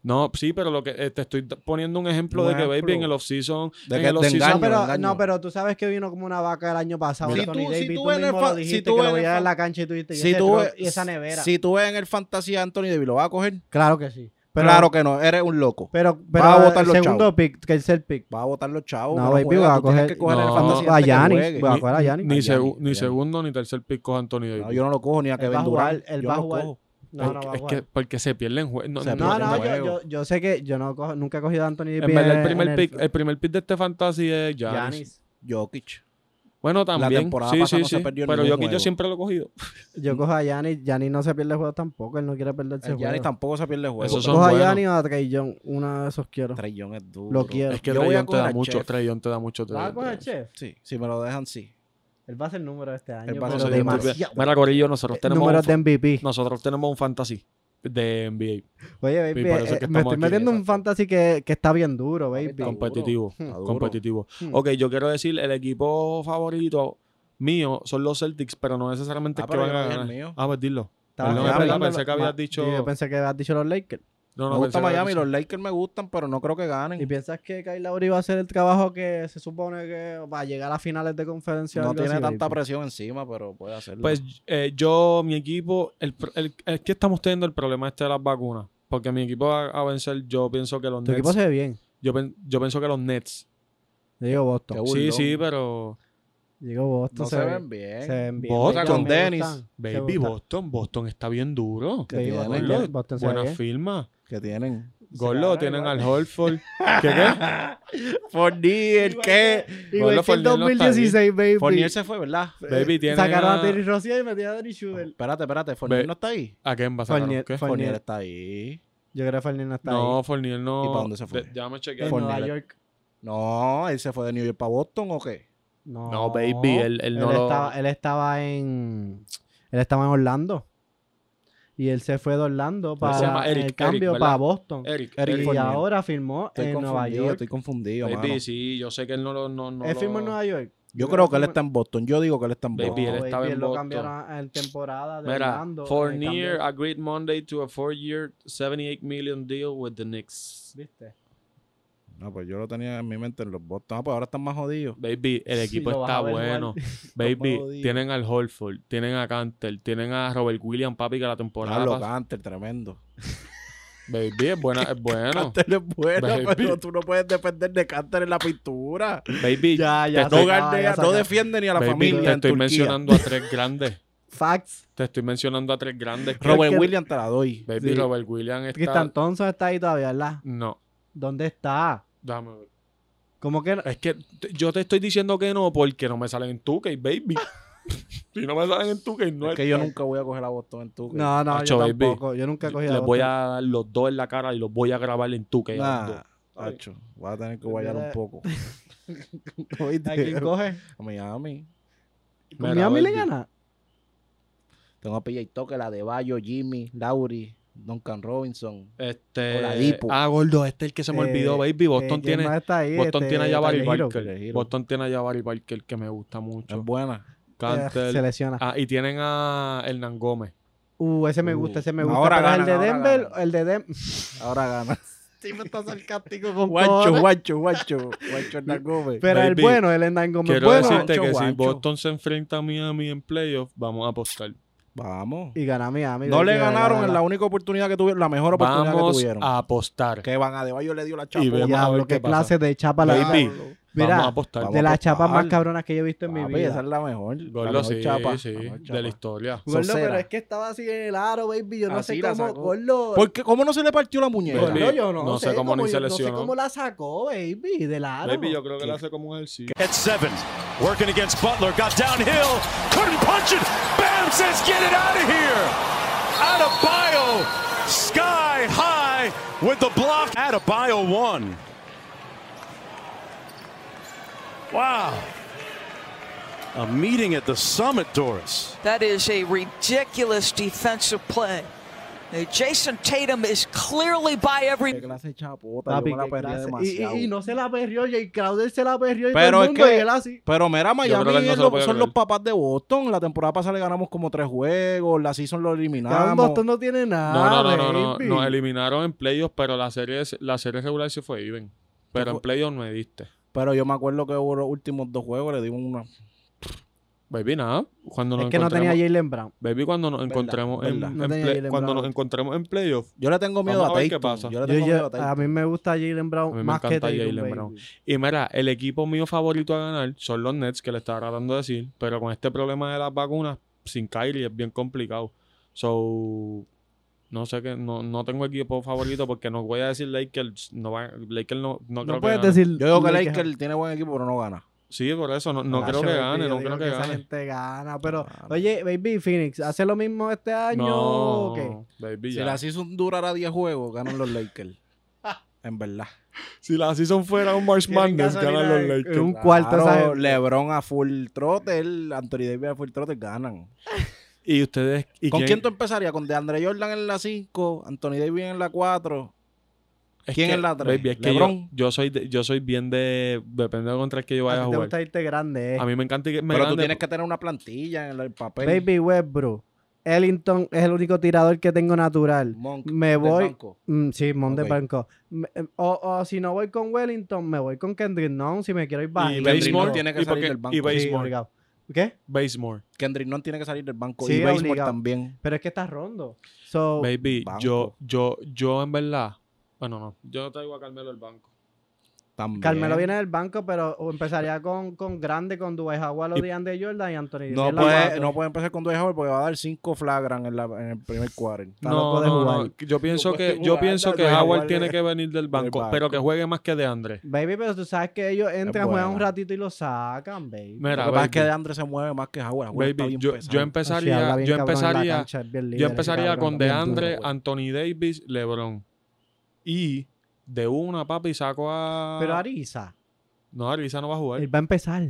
Speaker 1: No, sí, pero lo que eh, te estoy d- poniendo un ejemplo
Speaker 3: Un
Speaker 1: de que Baby
Speaker 3: ejemplo.
Speaker 1: en el offseason,
Speaker 3: De
Speaker 1: en
Speaker 3: que-
Speaker 1: el
Speaker 3: de
Speaker 1: offseason
Speaker 2: No,
Speaker 3: engaño,
Speaker 2: pero,
Speaker 3: engaño.
Speaker 2: no, pero tú sabes que vino como una vaca el año pasado.
Speaker 3: Si
Speaker 2: Anthony
Speaker 3: tú- si
Speaker 2: Davis,
Speaker 3: tú
Speaker 2: tú,
Speaker 3: eres
Speaker 2: mismo
Speaker 3: fan-
Speaker 2: lo
Speaker 3: si
Speaker 2: dijiste
Speaker 3: tú
Speaker 2: que lo
Speaker 3: eres
Speaker 2: veías en
Speaker 3: fan-
Speaker 2: la cancha y tú dijiste, y
Speaker 3: si
Speaker 2: ese
Speaker 3: tú,
Speaker 2: tro-
Speaker 3: ves,
Speaker 2: y esa nevera.
Speaker 3: si tú ves en el fantasy a Anthony Davis, ¿lo vas a coger?
Speaker 2: Claro que sí. Pero,
Speaker 3: claro que no, eres un loco.
Speaker 2: pero, pero
Speaker 3: Va a botar
Speaker 2: el
Speaker 3: los
Speaker 2: segundo
Speaker 3: chavos.
Speaker 2: pick, que es el pick.
Speaker 3: Vas a votar los chavos.
Speaker 2: No,
Speaker 3: que
Speaker 2: baby, voy
Speaker 3: juegan,
Speaker 2: a
Speaker 3: tú tienes
Speaker 2: coger-
Speaker 3: que coger en el
Speaker 1: No,
Speaker 3: fantasy
Speaker 1: a
Speaker 3: antes que
Speaker 2: Giannis,
Speaker 3: juegue.
Speaker 2: voy a
Speaker 1: ni-
Speaker 2: coger a Giannis.
Speaker 1: ni,
Speaker 3: Giannis,
Speaker 1: segu- ni
Speaker 3: Giannis.
Speaker 1: segundo ni tercer pick coge Anthony Davis.
Speaker 3: No, yo no lo cojo ni a
Speaker 2: Él
Speaker 3: Kevin
Speaker 2: va a jugar,
Speaker 3: Durant.
Speaker 2: él
Speaker 3: yo
Speaker 2: va a
Speaker 3: lo
Speaker 2: jugar.
Speaker 3: cojo.
Speaker 2: No, no,
Speaker 1: Porque-
Speaker 2: va a
Speaker 1: es
Speaker 2: jugar.
Speaker 1: que porque se pierden juegos. No,
Speaker 3: Se
Speaker 1: no,
Speaker 2: No,
Speaker 3: pierde
Speaker 2: no,
Speaker 1: no.
Speaker 3: el
Speaker 2: yo,
Speaker 3: juego.
Speaker 2: yo, yo sé que yo no cojo- nunca he cogido a Anthony Davis.
Speaker 1: En verdad, el
Speaker 2: en
Speaker 1: primer
Speaker 2: el-
Speaker 1: pick, el primer pick de este fantasy es Giannis.
Speaker 2: Giannis.
Speaker 3: Jokic.
Speaker 1: Bueno, también.
Speaker 3: temporada
Speaker 1: sí,
Speaker 3: pasada
Speaker 1: sí,
Speaker 3: no se
Speaker 1: sí.
Speaker 3: perdió
Speaker 1: Pero
Speaker 3: ningún
Speaker 1: yo, que yo
Speaker 3: juego.
Speaker 1: siempre lo he cogido.
Speaker 2: Yo cojo a Giannis. Giannis no se pierde el juego tampoco. Él no quiere perderse el
Speaker 3: El Giannis
Speaker 2: juego.
Speaker 3: tampoco se pierde el juego.
Speaker 1: Esos
Speaker 2: Yo
Speaker 1: son
Speaker 2: cojo a
Speaker 1: buenos.
Speaker 2: Giannis o a Trey Young. Una de esos quiero.
Speaker 3: Trey Young es duro.
Speaker 2: Lo quiero.
Speaker 1: Es que
Speaker 3: Yo voy a
Speaker 1: Trayon te
Speaker 3: coger
Speaker 1: da
Speaker 3: a
Speaker 1: mucho.
Speaker 3: Chef.
Speaker 1: Trayon te da mucho.
Speaker 2: ¿Vas a
Speaker 1: Trayon te da
Speaker 2: coger
Speaker 1: mucho.
Speaker 2: chef?
Speaker 3: Sí, si me lo dejan, sí.
Speaker 2: Él va a ser número este año.
Speaker 3: va a
Speaker 2: pero
Speaker 3: ser
Speaker 1: Entonces,
Speaker 3: demasiado.
Speaker 1: entonces, Mira, Corillo, nosotros tenemos, un,
Speaker 2: Números de
Speaker 1: fa-
Speaker 2: MVP.
Speaker 1: nosotros tenemos un fantasy de NBA
Speaker 2: Oye, baby,
Speaker 1: Y por eso es
Speaker 2: eh,
Speaker 1: que estamos
Speaker 2: me estoy
Speaker 1: aquí,
Speaker 2: metiendo un
Speaker 3: exacto.
Speaker 2: fantasy que, que está bien duro, baby.
Speaker 3: Está
Speaker 1: competitivo.
Speaker 3: Está duro.
Speaker 1: Competitivo.
Speaker 2: Hmm.
Speaker 1: Ok, yo quiero decir, el equipo favorito mío son los Celtics, pero no necesariamente
Speaker 3: Ah,
Speaker 1: es que
Speaker 3: pero
Speaker 1: van
Speaker 3: yo
Speaker 1: a
Speaker 3: no dije el
Speaker 1: ganar.
Speaker 3: mío.
Speaker 1: Ah, pues dilo.
Speaker 2: Estaba
Speaker 1: Perdón,
Speaker 3: es
Speaker 2: hablando
Speaker 3: verdad,
Speaker 2: de
Speaker 1: pensé
Speaker 2: los-
Speaker 1: que habías
Speaker 2: ma-
Speaker 1: dicho-
Speaker 2: sí, Yo pensé que habías dicho los Lakers.
Speaker 1: No,
Speaker 3: Me
Speaker 1: no,
Speaker 3: gusta
Speaker 1: pensé que-
Speaker 3: Miami, los Lakers me gustan, pero no creo que ganen.
Speaker 2: ¿Y piensas que Kyle Lowry va a hacer el trabajo que se supone que va a llegar a finales de conferencia?
Speaker 3: No
Speaker 2: algo
Speaker 3: tiene
Speaker 2: así,
Speaker 3: tanta
Speaker 2: baby?
Speaker 3: presión encima, pero puede hacerlo.
Speaker 1: Pues eh, yo, mi equipo, el, pro- el- es que estamos teniendo el problema este de las vacunas. Porque mi equipo va a vencer, yo pienso que los
Speaker 2: Tu equipo
Speaker 1: Nets.
Speaker 2: se ve bien.
Speaker 1: Yo, pen- yo pienso que los Nets.
Speaker 2: Yo digo Boston.
Speaker 3: Qué
Speaker 1: Sí,
Speaker 3: burlón.
Speaker 1: sí, pero.
Speaker 2: Digo Boston.
Speaker 3: no se ven bien.
Speaker 2: Se ven bien.
Speaker 1: Boston.
Speaker 2: Me
Speaker 1: Con
Speaker 2: gustan, me
Speaker 3: Dennis.
Speaker 2: gustan. Se
Speaker 1: Baby,
Speaker 2: gustan.
Speaker 1: Boston. Boston está bien duro.
Speaker 3: Que
Speaker 2: Baby, Boston,
Speaker 1: tienen.
Speaker 2: ya- Boston se ve
Speaker 1: Buena
Speaker 2: bien.
Speaker 1: firma.
Speaker 3: Que tienen.
Speaker 1: Gorlo,
Speaker 2: ganaron
Speaker 1: tienen
Speaker 2: igual.
Speaker 1: al Horford. ¿Qué qué?
Speaker 3: Fournier, ¿qué?
Speaker 1: Gordo
Speaker 2: Igual que el
Speaker 1: Fournier no está ahí.
Speaker 2: 2016, baby. eh,
Speaker 3: Fournier se fue, ¿verdad?
Speaker 1: Baby, tienen
Speaker 2: Sacaron a
Speaker 1: a-
Speaker 2: Terry Rossier y metieron a Danny Schubert.
Speaker 3: Espérate, espérate. Fournier
Speaker 1: Ve-
Speaker 3: no está ahí.
Speaker 1: ¿A quién va a sacar?
Speaker 2: Fournier-
Speaker 1: ¿Qué?
Speaker 2: Fournier
Speaker 3: Fournier está ahí.
Speaker 2: Yo creo que Fournier no está
Speaker 1: No, Fournier no.
Speaker 3: ¿Y para dónde se fue?
Speaker 1: De- ya me
Speaker 2: ahí.
Speaker 1: chequeé.
Speaker 2: En
Speaker 3: Fournier.
Speaker 2: Nueva York.
Speaker 3: No, él se fue de New York para Boston o qué?
Speaker 2: No,
Speaker 1: No, baby, él, él no
Speaker 2: él,
Speaker 1: lo...
Speaker 2: estaba, él estaba en. Él estaba en Orlando. Y él se fue de Orlando para
Speaker 1: se llama
Speaker 2: en
Speaker 1: Eric,
Speaker 2: el cambio
Speaker 1: Eric,
Speaker 2: para
Speaker 1: ¿verdad?
Speaker 2: Boston.
Speaker 1: Eric,
Speaker 3: Eric
Speaker 2: y
Speaker 3: Fournier.
Speaker 2: ahora firmó
Speaker 3: Estoy
Speaker 2: en Nueva
Speaker 3: confundido,
Speaker 2: York.
Speaker 3: estoy confundido,
Speaker 1: Baby,
Speaker 3: mano.
Speaker 1: sí, yo sé que él no lo... No, no
Speaker 2: ¿Él firmó
Speaker 1: lo-
Speaker 2: en Nueva York?
Speaker 3: Yo
Speaker 2: creo
Speaker 3: creo
Speaker 2: que
Speaker 3: que él
Speaker 2: fue-
Speaker 3: está en Boston. Yo digo que él está en
Speaker 1: Baby,
Speaker 3: Boston.
Speaker 1: él estaba en
Speaker 2: él lo
Speaker 1: Boston.
Speaker 2: cambiaron a- en temporada de
Speaker 1: Mira, ah,
Speaker 2: Orlando. eh, en el
Speaker 1: Fournier
Speaker 2: cambio-
Speaker 1: agreed Monday to a four-year, 78 million deal with the Knicks.
Speaker 2: ¿Viste?
Speaker 3: No, pues yo lo tenía en mi mente en los Boston. Ah, pues ahora están más jodidos.
Speaker 1: Baby, el
Speaker 2: Sí,
Speaker 1: equipo
Speaker 2: lo vas
Speaker 1: está
Speaker 2: a ver
Speaker 1: bueno.
Speaker 2: jugar.
Speaker 3: Lo
Speaker 1: Baby,
Speaker 3: digo.
Speaker 1: tienen al Holford, tienen a Canter, tienen a Robert Williams, papi, que la temporada...
Speaker 3: Carlos
Speaker 1: pas-
Speaker 3: Canter, tremendo.
Speaker 1: Baby, es buena, es bueno.
Speaker 3: Canter es bueno,
Speaker 1: Baby.
Speaker 3: pero tú no puedes depender de Canter en la pintura.
Speaker 1: Baby,
Speaker 2: Ya, ya.
Speaker 1: estoy-
Speaker 3: No
Speaker 2: se acaba, ya
Speaker 3: gardea,
Speaker 2: se
Speaker 3: no
Speaker 2: acaba.
Speaker 3: defiende ni a la
Speaker 1: baby,
Speaker 3: familia.
Speaker 1: te
Speaker 3: en
Speaker 1: estoy
Speaker 3: Turquía.
Speaker 1: mencionando a tres grandes.
Speaker 2: Facts.
Speaker 1: Te estoy mencionando a tres grandes. que-
Speaker 3: Robert
Speaker 2: que-
Speaker 3: Williams te la doy.
Speaker 1: Baby,
Speaker 2: Sí.
Speaker 1: Robert Williams está...
Speaker 2: Tristan Thompson está ahí todavía, ¿verdad?
Speaker 1: No,
Speaker 2: ¿Dónde está?
Speaker 1: déjame ver.
Speaker 2: ¿Cómo que no?
Speaker 1: Es que t- yo te estoy diciendo que no porque no me salen en 2K, baby. si no me salen en 2K, no
Speaker 3: es que yo nunca voy a coger a Boston en tu.
Speaker 2: No, no,
Speaker 1: Acho,
Speaker 2: yo
Speaker 1: baby.
Speaker 2: tampoco. Yo nunca he cogido
Speaker 1: Les voy a dar los dos en la cara y los voy a grabar en 2K. a los dos.
Speaker 3: Acho, voy a tener que guayar un
Speaker 2: Mira.
Speaker 3: poco.
Speaker 2: ¿A quién coge?
Speaker 3: A Miami.
Speaker 1: Mira,
Speaker 2: Miami le
Speaker 1: baby.
Speaker 2: gana.
Speaker 3: Tengo a PJ Tucker, la de Bayo, Jimmy, Lauri, Duncan Robinson.
Speaker 1: Este.
Speaker 3: Oladipo.
Speaker 1: Ah, gordo, este es el que se me
Speaker 2: Eh,
Speaker 1: olvidó, baby. Boston
Speaker 2: Eh, ¿quién
Speaker 1: tiene.
Speaker 2: más está ahí?
Speaker 1: Boston
Speaker 2: Este,
Speaker 1: tiene allá a Barry
Speaker 2: Tyler Hero.
Speaker 1: Parker.
Speaker 3: Tyler Hero.
Speaker 1: Boston tiene allá a Barry Parker que me gusta
Speaker 3: Es
Speaker 1: mucho.
Speaker 3: buena.
Speaker 2: Eh, Se
Speaker 1: Cantel.
Speaker 2: lesiona.
Speaker 1: Ah, y tienen a Hernán Gómez.
Speaker 2: Uh, ese me gusta,
Speaker 3: Uh,
Speaker 2: ese me gusta.
Speaker 3: ahora
Speaker 2: pero el de
Speaker 3: ganan, ahora
Speaker 2: Denver,
Speaker 3: ganan.
Speaker 2: el de Denver.
Speaker 3: Ahora gana.
Speaker 2: Sí, me está sarcástico con
Speaker 3: Guacho,
Speaker 2: cojones.
Speaker 3: guacho, guacho. Guacho Hernán Gómez.
Speaker 2: Pero el
Speaker 1: Baby,
Speaker 2: bueno, el Hernán Gómez
Speaker 1: Quiero
Speaker 2: bueno.
Speaker 1: decirte
Speaker 3: guacho,
Speaker 1: que si
Speaker 3: guacho.
Speaker 1: Boston se enfrenta a Miami en playoff, vamos a apostar.
Speaker 3: Vamos.
Speaker 2: Y gana Miami.
Speaker 3: No
Speaker 2: baby,
Speaker 3: le
Speaker 2: de verdad,
Speaker 3: ganaron
Speaker 2: de
Speaker 3: en la única oportunidad que tuvieron, la mejor oportunidad que
Speaker 1: Vamos
Speaker 3: tuvieron.
Speaker 1: a apostar.
Speaker 3: Que Van Adebayo le dio la
Speaker 1: Y
Speaker 3: chapa.
Speaker 1: vemos
Speaker 2: verdad.
Speaker 1: a ver
Speaker 2: Diablo,
Speaker 1: qué
Speaker 2: qué
Speaker 1: pasa.
Speaker 2: clase de chapa la
Speaker 1: Baby,
Speaker 2: Mira,
Speaker 1: Vamos a apostar.
Speaker 3: vamos
Speaker 2: de
Speaker 3: a
Speaker 2: las chapas más
Speaker 3: apostar.
Speaker 2: cabronas que yo he visto en mi
Speaker 3: Papi,
Speaker 2: vida.
Speaker 3: esa es la mejor. la
Speaker 1: Gordo,
Speaker 3: mejor
Speaker 1: sí,
Speaker 3: chapa,
Speaker 1: sí,
Speaker 3: la mejor
Speaker 1: de
Speaker 3: chapa.
Speaker 1: la historia.
Speaker 2: Gordo, pero
Speaker 3: Sosera.
Speaker 2: es que estaba así en el aro, baby. Yo no
Speaker 3: Así
Speaker 2: sé
Speaker 3: la
Speaker 2: cómo.
Speaker 3: sacó.
Speaker 2: Gordo,
Speaker 3: ¿Por qué? ¿Cómo no se le partió la
Speaker 2: gordo,
Speaker 3: muñeca?
Speaker 1: Gordo,
Speaker 2: yo no,
Speaker 1: no sé
Speaker 2: sé
Speaker 1: cómo ni se
Speaker 2: No sé
Speaker 1: lesionó.
Speaker 2: cómo la sacó, baby, del aro.
Speaker 1: Baby, yo creo que la hace como un ejercicio.
Speaker 9: At seven, working against Butler, got downhill, couldn't punch it. Bam says, get it out of here. Adebayo, sky high with the block. Adebayo won. Wow. A meeting at the summit, Doris.
Speaker 10: That is a ridiculous defensive play. Uh, Jason Tatum is clearly by every
Speaker 3: Qué clase de chapota, yo
Speaker 2: Papi,
Speaker 3: me la
Speaker 2: qué
Speaker 3: perdí
Speaker 2: clase. Y-
Speaker 3: demasiado.
Speaker 2: Y, y no se la perrió, Jay Crowder se la perrió y
Speaker 3: Pero
Speaker 2: todo
Speaker 3: es
Speaker 2: el mundo,
Speaker 3: que-
Speaker 2: y él así.
Speaker 3: Pero mira,
Speaker 1: creo que
Speaker 3: Miami
Speaker 1: él no
Speaker 3: es
Speaker 1: se
Speaker 3: lo-
Speaker 1: lo puede
Speaker 3: son los
Speaker 1: creer.
Speaker 3: papás de Boston. La temporada pasada le ganamos como tres juegos. La season lo
Speaker 2: Cabrón,
Speaker 3: eliminamos.
Speaker 2: Boston no tiene
Speaker 1: No, no,
Speaker 2: nada.
Speaker 1: no, no, no,
Speaker 2: baby.
Speaker 1: Nos eliminaron en playoffs, pero la serie, la serie regular se fue even. Pero en playoffs me diste.
Speaker 3: Pero yo me acuerdo que hubo los últimos dos juegos. Le dimos una.
Speaker 1: Baby, nada. Cuando nos
Speaker 2: Es que no tenía
Speaker 1: encontremos-
Speaker 2: Jalen Brown.
Speaker 1: Baby, cuando nos encontremos
Speaker 3: verdad.
Speaker 1: en,
Speaker 2: No
Speaker 1: en
Speaker 2: tenía
Speaker 1: play-
Speaker 2: Jalen
Speaker 1: cuando
Speaker 2: Brown.
Speaker 1: nos encontremos en playoffs
Speaker 3: Yo le tengo miedo
Speaker 1: Vamos a
Speaker 3: a,
Speaker 1: ver qué
Speaker 3: Tatum.
Speaker 1: pasa.
Speaker 3: Yo le
Speaker 2: Yo- ah,
Speaker 3: tengo
Speaker 2: yo-
Speaker 3: miedo a Tatum.
Speaker 2: a mí me gusta Jalen
Speaker 1: A
Speaker 2: Brown
Speaker 1: mí me
Speaker 2: más que
Speaker 1: encanta
Speaker 2: Tatum,
Speaker 1: Jalen
Speaker 2: baby.
Speaker 1: Brown. Y mira, el equipo mío favorito a ganar son los Nets, que le estaba tratando de decir, pero con este problema de las vacunas, sin Kyrie es bien complicado. So, no sé qué, no, no tengo equipo favorito porque no voy a decir Lakers, no va, Lakers no, no, creo
Speaker 2: No
Speaker 1: que
Speaker 2: puedes
Speaker 1: gane.
Speaker 2: decir.
Speaker 3: Yo digo que
Speaker 2: Lakers-
Speaker 3: Lakers tiene buen equipo, pero no gana.
Speaker 1: Sí, por eso, no, no creo
Speaker 2: Nacho,
Speaker 1: que
Speaker 2: baby,
Speaker 1: gane,
Speaker 2: Ah, yo
Speaker 1: no
Speaker 2: digo
Speaker 1: creo que,
Speaker 2: esa
Speaker 1: gane.
Speaker 2: gente gana, pero
Speaker 3: Gana.
Speaker 2: oye, baby Phoenix hace lo mismo este año o qué?
Speaker 1: No, baby,
Speaker 3: Si
Speaker 1: ya.
Speaker 3: la season durara 10 juegos, ganan los Lakers. en verdad.
Speaker 1: Si la season fuera un March
Speaker 2: Tienen
Speaker 1: Madness,
Speaker 2: gasolina
Speaker 1: ganan los
Speaker 2: en-
Speaker 1: Lakers.
Speaker 2: en un cuarto, esa
Speaker 3: Claro,
Speaker 2: gente.
Speaker 3: LeBron a full trotter, Anthony Davis a full trotter, ganan.
Speaker 1: Y ustedes, ¿y
Speaker 3: ¿Con quién tú empezarías? ¿Con DeAndre Jordan en la 5? ¿Anthony Davis en la 4?
Speaker 1: es
Speaker 3: quién
Speaker 1: que,
Speaker 3: es la tres?
Speaker 1: baby, es que yo,
Speaker 3: LeBron.
Speaker 1: yo soy de- yo soy bien de depende de contra el que yo
Speaker 2: A
Speaker 1: vaya a
Speaker 2: ti Ah, te
Speaker 1: jugar.
Speaker 2: gusta irte grande, eh.
Speaker 1: A mí me encanta que me
Speaker 3: Pero tú
Speaker 1: ganen,
Speaker 3: tienes que tener una plantilla en el papel.
Speaker 2: Baby Westbrook. Ellington es el único tirador que tengo natural.
Speaker 3: Monk,
Speaker 2: Me
Speaker 3: del
Speaker 2: voy.
Speaker 3: banco.
Speaker 2: Mm, sí, Monte
Speaker 3: Ok.
Speaker 2: Banco. Me- eh, O, o si no voy con Wellington, me voy con Kendrick Nunn si me quiero ir bajo.
Speaker 1: Y
Speaker 3: Kendrick
Speaker 1: Baseball
Speaker 3: Nunn tiene que
Speaker 1: y
Speaker 3: salir
Speaker 1: porque-
Speaker 3: del banco.
Speaker 1: y
Speaker 3: Sí,
Speaker 1: Baseball.
Speaker 2: obligado. ¿Qué?
Speaker 1: Basemore.
Speaker 3: Kendrick no tiene que salir del banco.
Speaker 2: Sí,
Speaker 3: y Baseball
Speaker 2: obligado.
Speaker 3: también.
Speaker 2: Pero es que estás rondo. So,
Speaker 1: Baby,
Speaker 3: Oh, banco.
Speaker 1: yo, yo, yo en verdad. Bueno, no. Yo no traigo a Carmelo al banco.
Speaker 3: también.
Speaker 2: Carmelo viene del banco, pero empezaría con, con grande, con Dubai Jaguar, de Jordan y Anthony. Davis
Speaker 3: No
Speaker 2: en la
Speaker 3: puede,
Speaker 2: cuatro.
Speaker 3: no puede empezar con Dwight Howard porque va a dar 5 flagran en, la- en el primer quarter.
Speaker 2: Está
Speaker 1: no,
Speaker 2: loco de
Speaker 1: no,
Speaker 2: jugar.
Speaker 1: no. Yo pienso
Speaker 3: Loco de
Speaker 1: que, yo
Speaker 3: jugar,
Speaker 1: pienso
Speaker 3: loco
Speaker 1: que
Speaker 3: de
Speaker 1: Howard
Speaker 3: jugar.
Speaker 1: tiene que venir del banco, pero
Speaker 3: banco.
Speaker 1: que juegue más que de Andre.
Speaker 2: Baby, pero tú sabes que ellos entran,
Speaker 3: buena.
Speaker 2: juegan un ratito y lo sacan, baby.
Speaker 1: Mira,
Speaker 3: Lo que pasa es que
Speaker 1: baby,
Speaker 3: DeAndre se mueve más que Howard. Howard está
Speaker 1: baby,
Speaker 3: bien
Speaker 1: yo,
Speaker 3: pesado.
Speaker 1: yo
Speaker 2: Así
Speaker 1: empezaría,
Speaker 2: habla bien
Speaker 1: yo
Speaker 2: cabrón en la
Speaker 1: empezaría,
Speaker 2: cancha, es bien líder,
Speaker 1: yo
Speaker 2: ese
Speaker 1: empezaría
Speaker 2: cabrón,
Speaker 1: con
Speaker 2: bien
Speaker 1: DeAndre,
Speaker 2: duro. pues.
Speaker 1: Anthony Davis, LeBron. Y de una, papi, saco a.
Speaker 2: Pero Arisa,
Speaker 1: No, Arisa no va a jugar.
Speaker 2: él va a empezar.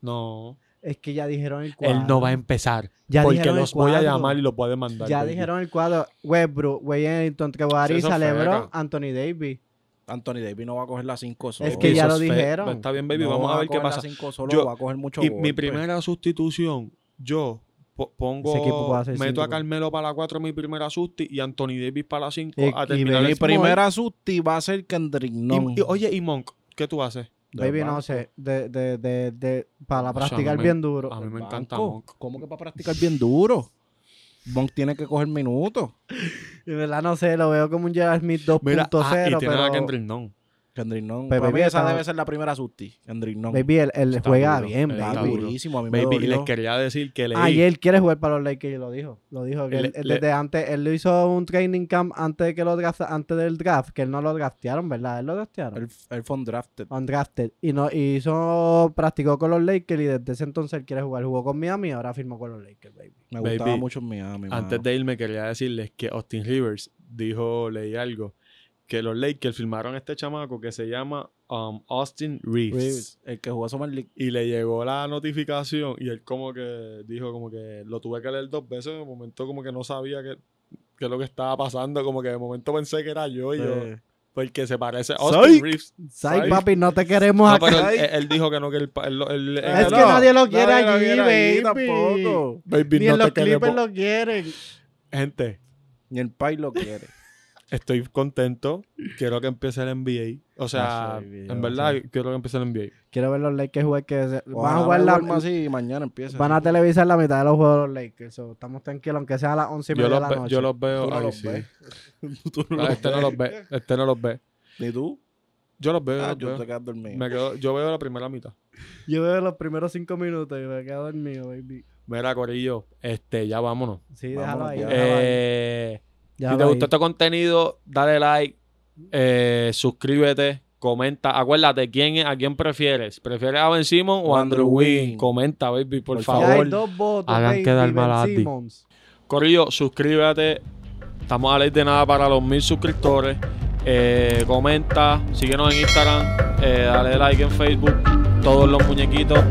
Speaker 1: No.
Speaker 2: Es que ya dijeron el cuadro.
Speaker 1: empezar.
Speaker 2: Ya dijeron el cuadro.
Speaker 1: los voy a demandar.
Speaker 2: Ya
Speaker 1: baby.
Speaker 2: dijeron el cuadro. Westbrook, Wellington, que
Speaker 1: Eso
Speaker 2: Arisa,
Speaker 1: es feo,
Speaker 2: LeBron,
Speaker 1: cabrón.
Speaker 2: Anthony Davis.
Speaker 3: Anthony Davis no va a coger las 5 solo.
Speaker 2: Es que ya
Speaker 1: Eso
Speaker 2: lo
Speaker 1: es fe-
Speaker 2: dijeron.
Speaker 1: Está bien, baby.
Speaker 3: No
Speaker 1: Vamos
Speaker 3: va
Speaker 1: a ver qué
Speaker 3: coger las
Speaker 1: pasa.
Speaker 3: cinco solo,
Speaker 1: Yo-
Speaker 3: va a coger mucho
Speaker 1: Y mi
Speaker 3: golpe.
Speaker 1: primera sustitución, yo po-
Speaker 2: Ese equipo
Speaker 1: pongo,
Speaker 2: puede
Speaker 1: meto
Speaker 2: hacer
Speaker 1: a
Speaker 2: cinco.
Speaker 1: Carmelo para la 4 mi primera susti y Anthony Davis para la 5
Speaker 2: Eh, Y-
Speaker 1: a
Speaker 2: y
Speaker 1: terminar
Speaker 3: Mi
Speaker 1: el
Speaker 2: Small.
Speaker 3: primera susti va a ser Kendrick Nunn.
Speaker 1: Y- y- Oye, y Monk, ¿qué tú haces?
Speaker 3: Del
Speaker 2: Baby, no
Speaker 3: banco.
Speaker 2: sé. De, de, de, de,
Speaker 1: Chacho,
Speaker 2: para
Speaker 1: a mí
Speaker 2: practicar
Speaker 1: me-
Speaker 2: bien duro.
Speaker 1: A mí me encanta
Speaker 3: Banco.
Speaker 1: Monk.
Speaker 3: ¿Cómo que para practicar bien duro? Monk tiene que coger minutos.
Speaker 2: De verdad, no sé. Lo veo como un Gerard Smith
Speaker 1: Mira, ah, y
Speaker 2: 2.0.
Speaker 1: tiene a
Speaker 2: Pero
Speaker 1: Kendrick Nunn.
Speaker 3: Kendrick Nunn.
Speaker 2: Pero
Speaker 3: para mí
Speaker 2: baby,
Speaker 3: esa
Speaker 2: está-
Speaker 3: debe ser la primera susti. Kendrick Nunn.
Speaker 2: Baby, él, él
Speaker 1: Está
Speaker 2: juega
Speaker 1: duro,
Speaker 2: bien,
Speaker 1: está
Speaker 3: Está
Speaker 2: baby.
Speaker 1: duro.
Speaker 3: durísimo. A mí me
Speaker 1: Baby, y
Speaker 3: dolió.
Speaker 1: les quería decir que leí.
Speaker 2: Ayer quiere jugar para los Lakers y lo dijo. Lo dijo. que
Speaker 1: Él-
Speaker 2: él- él
Speaker 1: le-
Speaker 2: desde antes, él lo hizo un training camp antes de que lo drafta- antes del draft, que él no lo draftearon, ¿verdad? Él lo draftearon.
Speaker 3: Él, él fue undrafted.
Speaker 2: Undrafted. Y no, y hizo, practicó con los Lakers y desde ese entonces él quiere jugar. Jugó con Miami y ahora firmó con los Lakers, baby.
Speaker 3: Me
Speaker 1: Baby,
Speaker 3: gustaba mucho en Miami.
Speaker 1: Antes de irme quería decirles que Austin Rivers dijo, leí algo, que los Lakers firmaron a este chamaco que se llama um, Austin Reeves.
Speaker 3: Reeves, el que jugó a Summer League.
Speaker 1: Y le llegó la notificación y él como que dijo como que lo tuve que leer dos veces. De momento como que no sabía qué qué es lo que estaba pasando. Como que de momento pensé que era yo y yo.
Speaker 3: Eh,
Speaker 1: Porque se parece a Austin
Speaker 2: Psych.
Speaker 1: Reeves.
Speaker 2: Psych,
Speaker 1: Psych.
Speaker 2: papi, no te queremos
Speaker 1: No, pues,
Speaker 2: acá.
Speaker 1: pero él, él dijo que no, que él... pa- él lo- él- él-
Speaker 2: Es
Speaker 1: él-
Speaker 2: que nadie lo quiere
Speaker 3: nadie lo
Speaker 2: allí,
Speaker 3: quiere allí
Speaker 2: baby.
Speaker 3: tampoco.
Speaker 1: Baby,
Speaker 2: Ni
Speaker 1: no
Speaker 2: en
Speaker 1: te
Speaker 2: los Clippers
Speaker 1: queremos.
Speaker 2: lo quieren.
Speaker 1: Gente,
Speaker 3: Ni el país lo quiere.
Speaker 1: estoy contento. Quiero que empiece el NBA. O sea,
Speaker 3: Ah, sí,
Speaker 1: en
Speaker 3: yo
Speaker 1: verdad,
Speaker 3: sé.
Speaker 1: quiero que empiece el NBA.
Speaker 2: Quiero ver los Lakers jugar que se- van a
Speaker 3: Ojalá
Speaker 2: jugar
Speaker 3: me
Speaker 2: la,
Speaker 3: duerma así y mañana empieza.
Speaker 2: van a televisar la mitad de los juegos de los Lakers. so, estamos tranquilos, aunque sea a las 11 y
Speaker 1: Yo
Speaker 2: media
Speaker 1: los,
Speaker 2: de la
Speaker 1: ve-
Speaker 2: noche.
Speaker 1: yo los veo.
Speaker 3: Tú no
Speaker 1: ay,
Speaker 3: los
Speaker 1: sí.
Speaker 3: ves. Tú no
Speaker 1: Ah,
Speaker 3: lo
Speaker 1: Este no
Speaker 3: ves.
Speaker 1: los ve. Este no los ve.
Speaker 3: Ni tú.
Speaker 1: Yo los veo.
Speaker 3: Ah,
Speaker 1: los
Speaker 3: yo
Speaker 1: veo.
Speaker 3: te quedas dormido.
Speaker 1: Me quedo- yo veo la primera mitad.
Speaker 2: Yo veo los primeros cinco minutos y me quedo dormido, baby.
Speaker 1: Mira, Corillo, este, ya vámonos.
Speaker 2: Sí, déjalo
Speaker 3: Vámonos
Speaker 2: ahí.
Speaker 3: ya.
Speaker 2: déjalo ahí.
Speaker 1: Eh, si
Speaker 2: Déjalo
Speaker 1: te
Speaker 2: ahí.
Speaker 1: gustó este contenido, dale like, eh, suscríbete, comenta. Acuérdate, ¿quién, es- ¿a quién prefieres? ¿Prefieres a Ben Simon o a Andrew Wynn? Comenta, baby, por,
Speaker 3: Por
Speaker 2: Ya
Speaker 1: favor.
Speaker 2: hay dos votos,
Speaker 1: hagan
Speaker 2: baby,
Speaker 1: quedar mal
Speaker 2: Ben
Speaker 1: a Andy.
Speaker 2: Simmons.
Speaker 1: Corillo, suscríbete. Estamos a ley de nada para los mil suscriptores. Eh, comenta, síguenos en Instagram, eh, dale like en Facebook, todos los muñequitos.